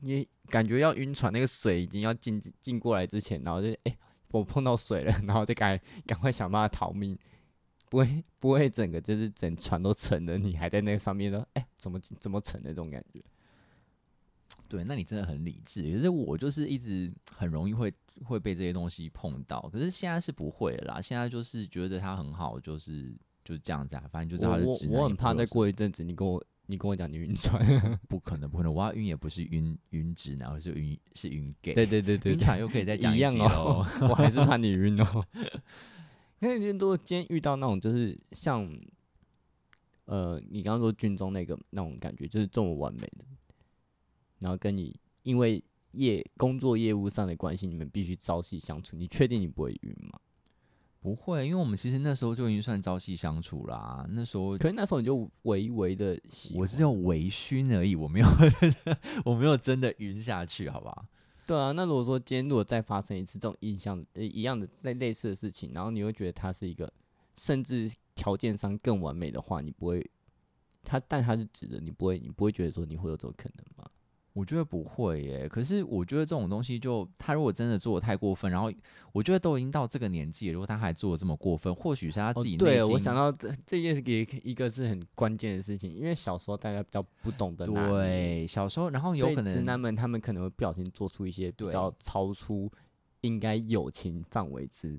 Speaker 1: 你感觉要晕船，那个水已经要进进过来之前，然后就哎、欸我碰到水了，然后就赶赶快想办法逃命，不会不会整个就是整船都沉了，你还在那个上面说哎、欸怎么怎么沉的这种感觉。
Speaker 2: 对，那你真的很理智。可是我就是一直很容易会会被这些东西碰到，可是现在是不会了啦。现在就是觉得他很好，就是就这样子啊，反正就是他
Speaker 1: 我
Speaker 2: 的
Speaker 1: 我
Speaker 2: 直男
Speaker 1: 我
Speaker 2: 也
Speaker 1: 很
Speaker 2: 不
Speaker 1: 怕
Speaker 2: 会
Speaker 1: 再
Speaker 2: 有什么
Speaker 1: 过一阵子你跟我你跟我讲你晕船，
Speaker 2: 不可能，不可能，我要晕也不是晕晕直男，而是晕是晕 gay。
Speaker 1: 对对对对
Speaker 2: 晕船又可以再讲
Speaker 1: 一样
Speaker 2: 集
Speaker 1: 哦
Speaker 2: 喽。，
Speaker 1: 我还是怕你晕哦。 因为如果今天遇到那种就是像，呃，你刚刚说军中那个那种感觉，就是这么完美的，然后跟你因为业工作业务上的关系，你们必须朝夕相处，你确定你不会晕吗？
Speaker 2: 不会，因为我们其实那时候就已经算朝夕相处啦。那时候
Speaker 1: 可是那时候你就微微的喜欢，
Speaker 2: 我只有微醺而已，我没有， 我没有真的晕下去，好不好？
Speaker 1: 对啊。那如果说今天如果再发生一次这种印象呃一样的类类似的事情，然后你会觉得他是一个甚至条件上更完美的话，你不会，他但他是指的，你不会，你不会觉得说你会有这种可能吗？
Speaker 2: 我觉得不会耶。可是我觉得这种东西就，他如果真的做的太过分，然后我觉得都已经到这个年纪了，如果他还做的这么过分，或许是他自己
Speaker 1: 哦、
Speaker 2: 内
Speaker 1: 对，
Speaker 2: 心、
Speaker 1: 我想到这这也是一个一个是很关键的事情，因为小时候大家比较不懂得拿捏，
Speaker 2: 对小时候，然后
Speaker 1: 所
Speaker 2: 有
Speaker 1: 以
Speaker 2: 可
Speaker 1: 直
Speaker 2: 能
Speaker 1: 男们他们可能会不小心做出一些比
Speaker 2: 对
Speaker 1: 较超出应该友情范围之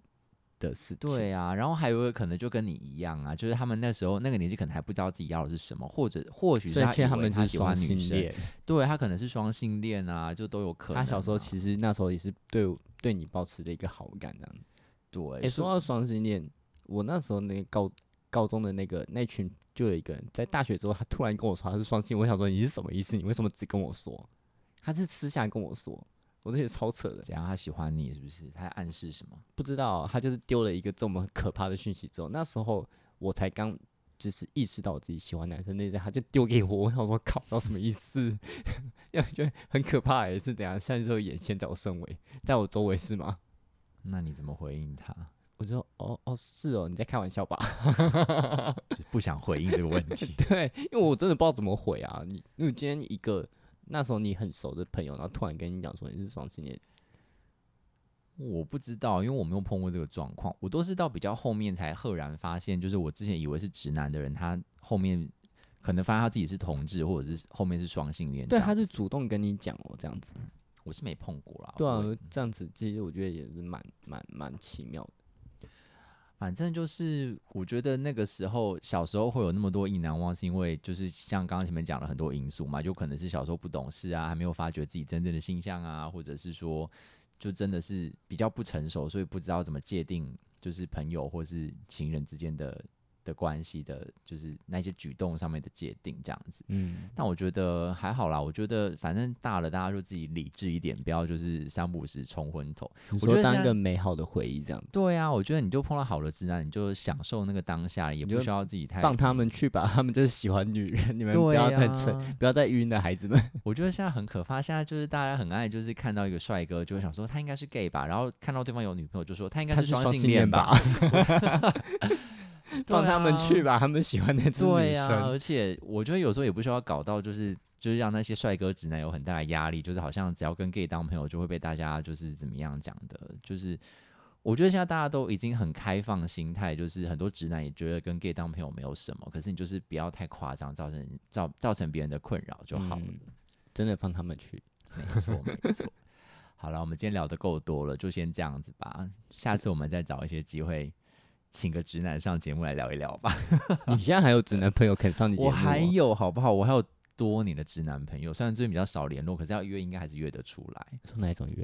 Speaker 1: 的事情。
Speaker 2: 对啊，然后还有一个可能就跟你一样啊，就是他们那时候那个年纪可能还不知道自己要的是什么，或者或许是
Speaker 1: 所以
Speaker 2: 他
Speaker 1: 其实
Speaker 2: 以
Speaker 1: 他
Speaker 2: 为
Speaker 1: 们
Speaker 2: 他
Speaker 1: 是
Speaker 2: 喜
Speaker 1: 双
Speaker 2: 欢
Speaker 1: 性
Speaker 2: 女生，
Speaker 1: 恋，
Speaker 2: 对他可能是双性恋啊，就都有可能啊、
Speaker 1: 他小时候其实那时候也是对我对你保持的一个好感这样子。
Speaker 2: 对，
Speaker 1: 哎、说到双性恋，我那时候那个高高中的那个那群就有一个人，在大学之后，他突然跟我说他是双性，我想说你是什么意思？你为什么只跟我说？他是私下跟我说，我这觉得超扯的，
Speaker 2: 怎样他喜欢你是不是？他在暗示什么？
Speaker 1: 不知道啊他就是丢了一个这么可怕的讯息之后，那时候我才刚。就是意识到我自己喜欢男生那一阵，他就丢给我，我想说靠，到什么意思？ 要觉得很可怕、欸，是怎样？现在就眼线在我身围，在我周围是吗？
Speaker 2: 那你怎么回应他？
Speaker 1: 我就说哦哦是哦，你在开玩笑吧？。
Speaker 2: 就不想回应这个问题
Speaker 1: 对，因为我真的不知道怎么回啊。你因为今天一个那时候你很熟的朋友，然后突然跟你讲说你是双性恋，
Speaker 2: 我不知道，因为我没有碰过这个状况，我都是到比较后面才赫然发现，就是我之前以为是直男的人，他后面可能发现他自己是同志，或者是后面是双性恋这
Speaker 1: 对，
Speaker 2: 样。
Speaker 1: 他是主动跟你讲哦，这样子。
Speaker 2: 我是没碰过啦。
Speaker 1: 对啊
Speaker 2: 我，
Speaker 1: 这样子其实我觉得也是蛮蛮蛮奇妙的。
Speaker 2: 反正就是我觉得那个时候小时候会有那么多意难忘，是因为就是像刚刚前面讲了很多因素嘛，有可能是小时候不懂事啊，还没有发觉自己真正的性向啊，或者是说就真的是比较不成熟，所以不知道怎么界定就是朋友或是情人之间的的关系的，就是那些举动上面的界定这样子。
Speaker 1: 嗯，
Speaker 2: 但我觉得还好啦，我觉得反正大了，大家就自己理智一点，不要就是三不五时冲昏头。
Speaker 1: 我
Speaker 2: 觉
Speaker 1: 说
Speaker 2: 得
Speaker 1: 当
Speaker 2: 现
Speaker 1: 一
Speaker 2: 在
Speaker 1: 个美好的回忆这样子，
Speaker 2: 对啊，我觉得你就碰到好的直男，你就享受那个当下，也
Speaker 1: 你
Speaker 2: 不
Speaker 1: 就
Speaker 2: 需要自己太
Speaker 1: 放他们去吧， 他们就是喜欢女人，你们不
Speaker 2: 对
Speaker 1: 要
Speaker 2: 啊。
Speaker 1: 再蠢，不要再晕了，孩子们。
Speaker 2: 我觉得现在很可怕，现在就是大家很爱，就是看到一个帅哥就会想说他应该是 gay 吧，然后看到对方有女朋友就说他应该
Speaker 1: 他是
Speaker 2: 双
Speaker 1: 双
Speaker 2: 性
Speaker 1: 性
Speaker 2: 恋
Speaker 1: 恋吧
Speaker 2: 吧， 啊
Speaker 1: 放他们去
Speaker 2: 吧。
Speaker 1: 吧，他们喜欢的是
Speaker 2: 对
Speaker 1: 女
Speaker 2: 呀、
Speaker 1: 生。
Speaker 2: 而且我觉得有时候也不需要搞到就是。就是让那些帅哥直男有很大的压力，就是好像只要跟 gay 当朋友就会被大家就是怎么样讲的，就是我觉得现在大家都已经很开放心态，就是很多直男也觉得跟 gay 当朋友没有什么，可是你就是不要太夸张，造成造造成别人的困扰就好了。
Speaker 1: 嗯 真的放他们去，
Speaker 2: 没错，没错。好了，我们今天聊的够多了，就先这样子吧。下次我们再找一些机会，请个直男上节目来聊一聊吧。
Speaker 1: 你现在还有直男朋友肯上你节目
Speaker 2: 我
Speaker 1: 吗？
Speaker 2: 还有好不好？我还有多年的直男朋友，虽然最近比较少联络，可是要约应该还是约得出来
Speaker 1: 说哪一种约？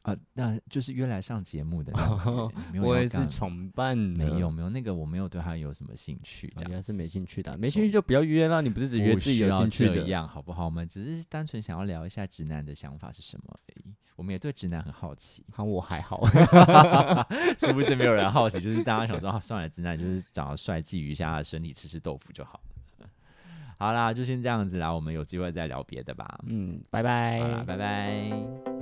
Speaker 2: 啊。那就是约来上节目的那种
Speaker 1: 哦
Speaker 2: 约，没有
Speaker 1: 我
Speaker 2: 要
Speaker 1: 也是
Speaker 2: 干
Speaker 1: 崇拜呢，
Speaker 2: 没有没有那个我没有对他有什么兴趣，
Speaker 1: 哦，
Speaker 2: 这
Speaker 1: 原
Speaker 2: 样
Speaker 1: 来是没兴趣的啊，没兴趣就不要约啦，你不是只约
Speaker 2: 不
Speaker 1: 自己
Speaker 2: 需
Speaker 1: 有
Speaker 2: 要
Speaker 1: 兴趣
Speaker 2: 这
Speaker 1: 的？
Speaker 2: 样好不好？我们只是单纯想要聊一下直男的想法是什么而已。我们也对直男很 好奇，
Speaker 1: 好，我还 好，
Speaker 2: 殊不知没有人好奇，就是大家想说，啊、算了，直男就是长得帅，觊觎一下他的身体，吃吃豆腐就好了 好啦，就先这样子啦，我们有机会再聊别的吧。
Speaker 1: 嗯，拜拜，
Speaker 2: 好啦，拜拜。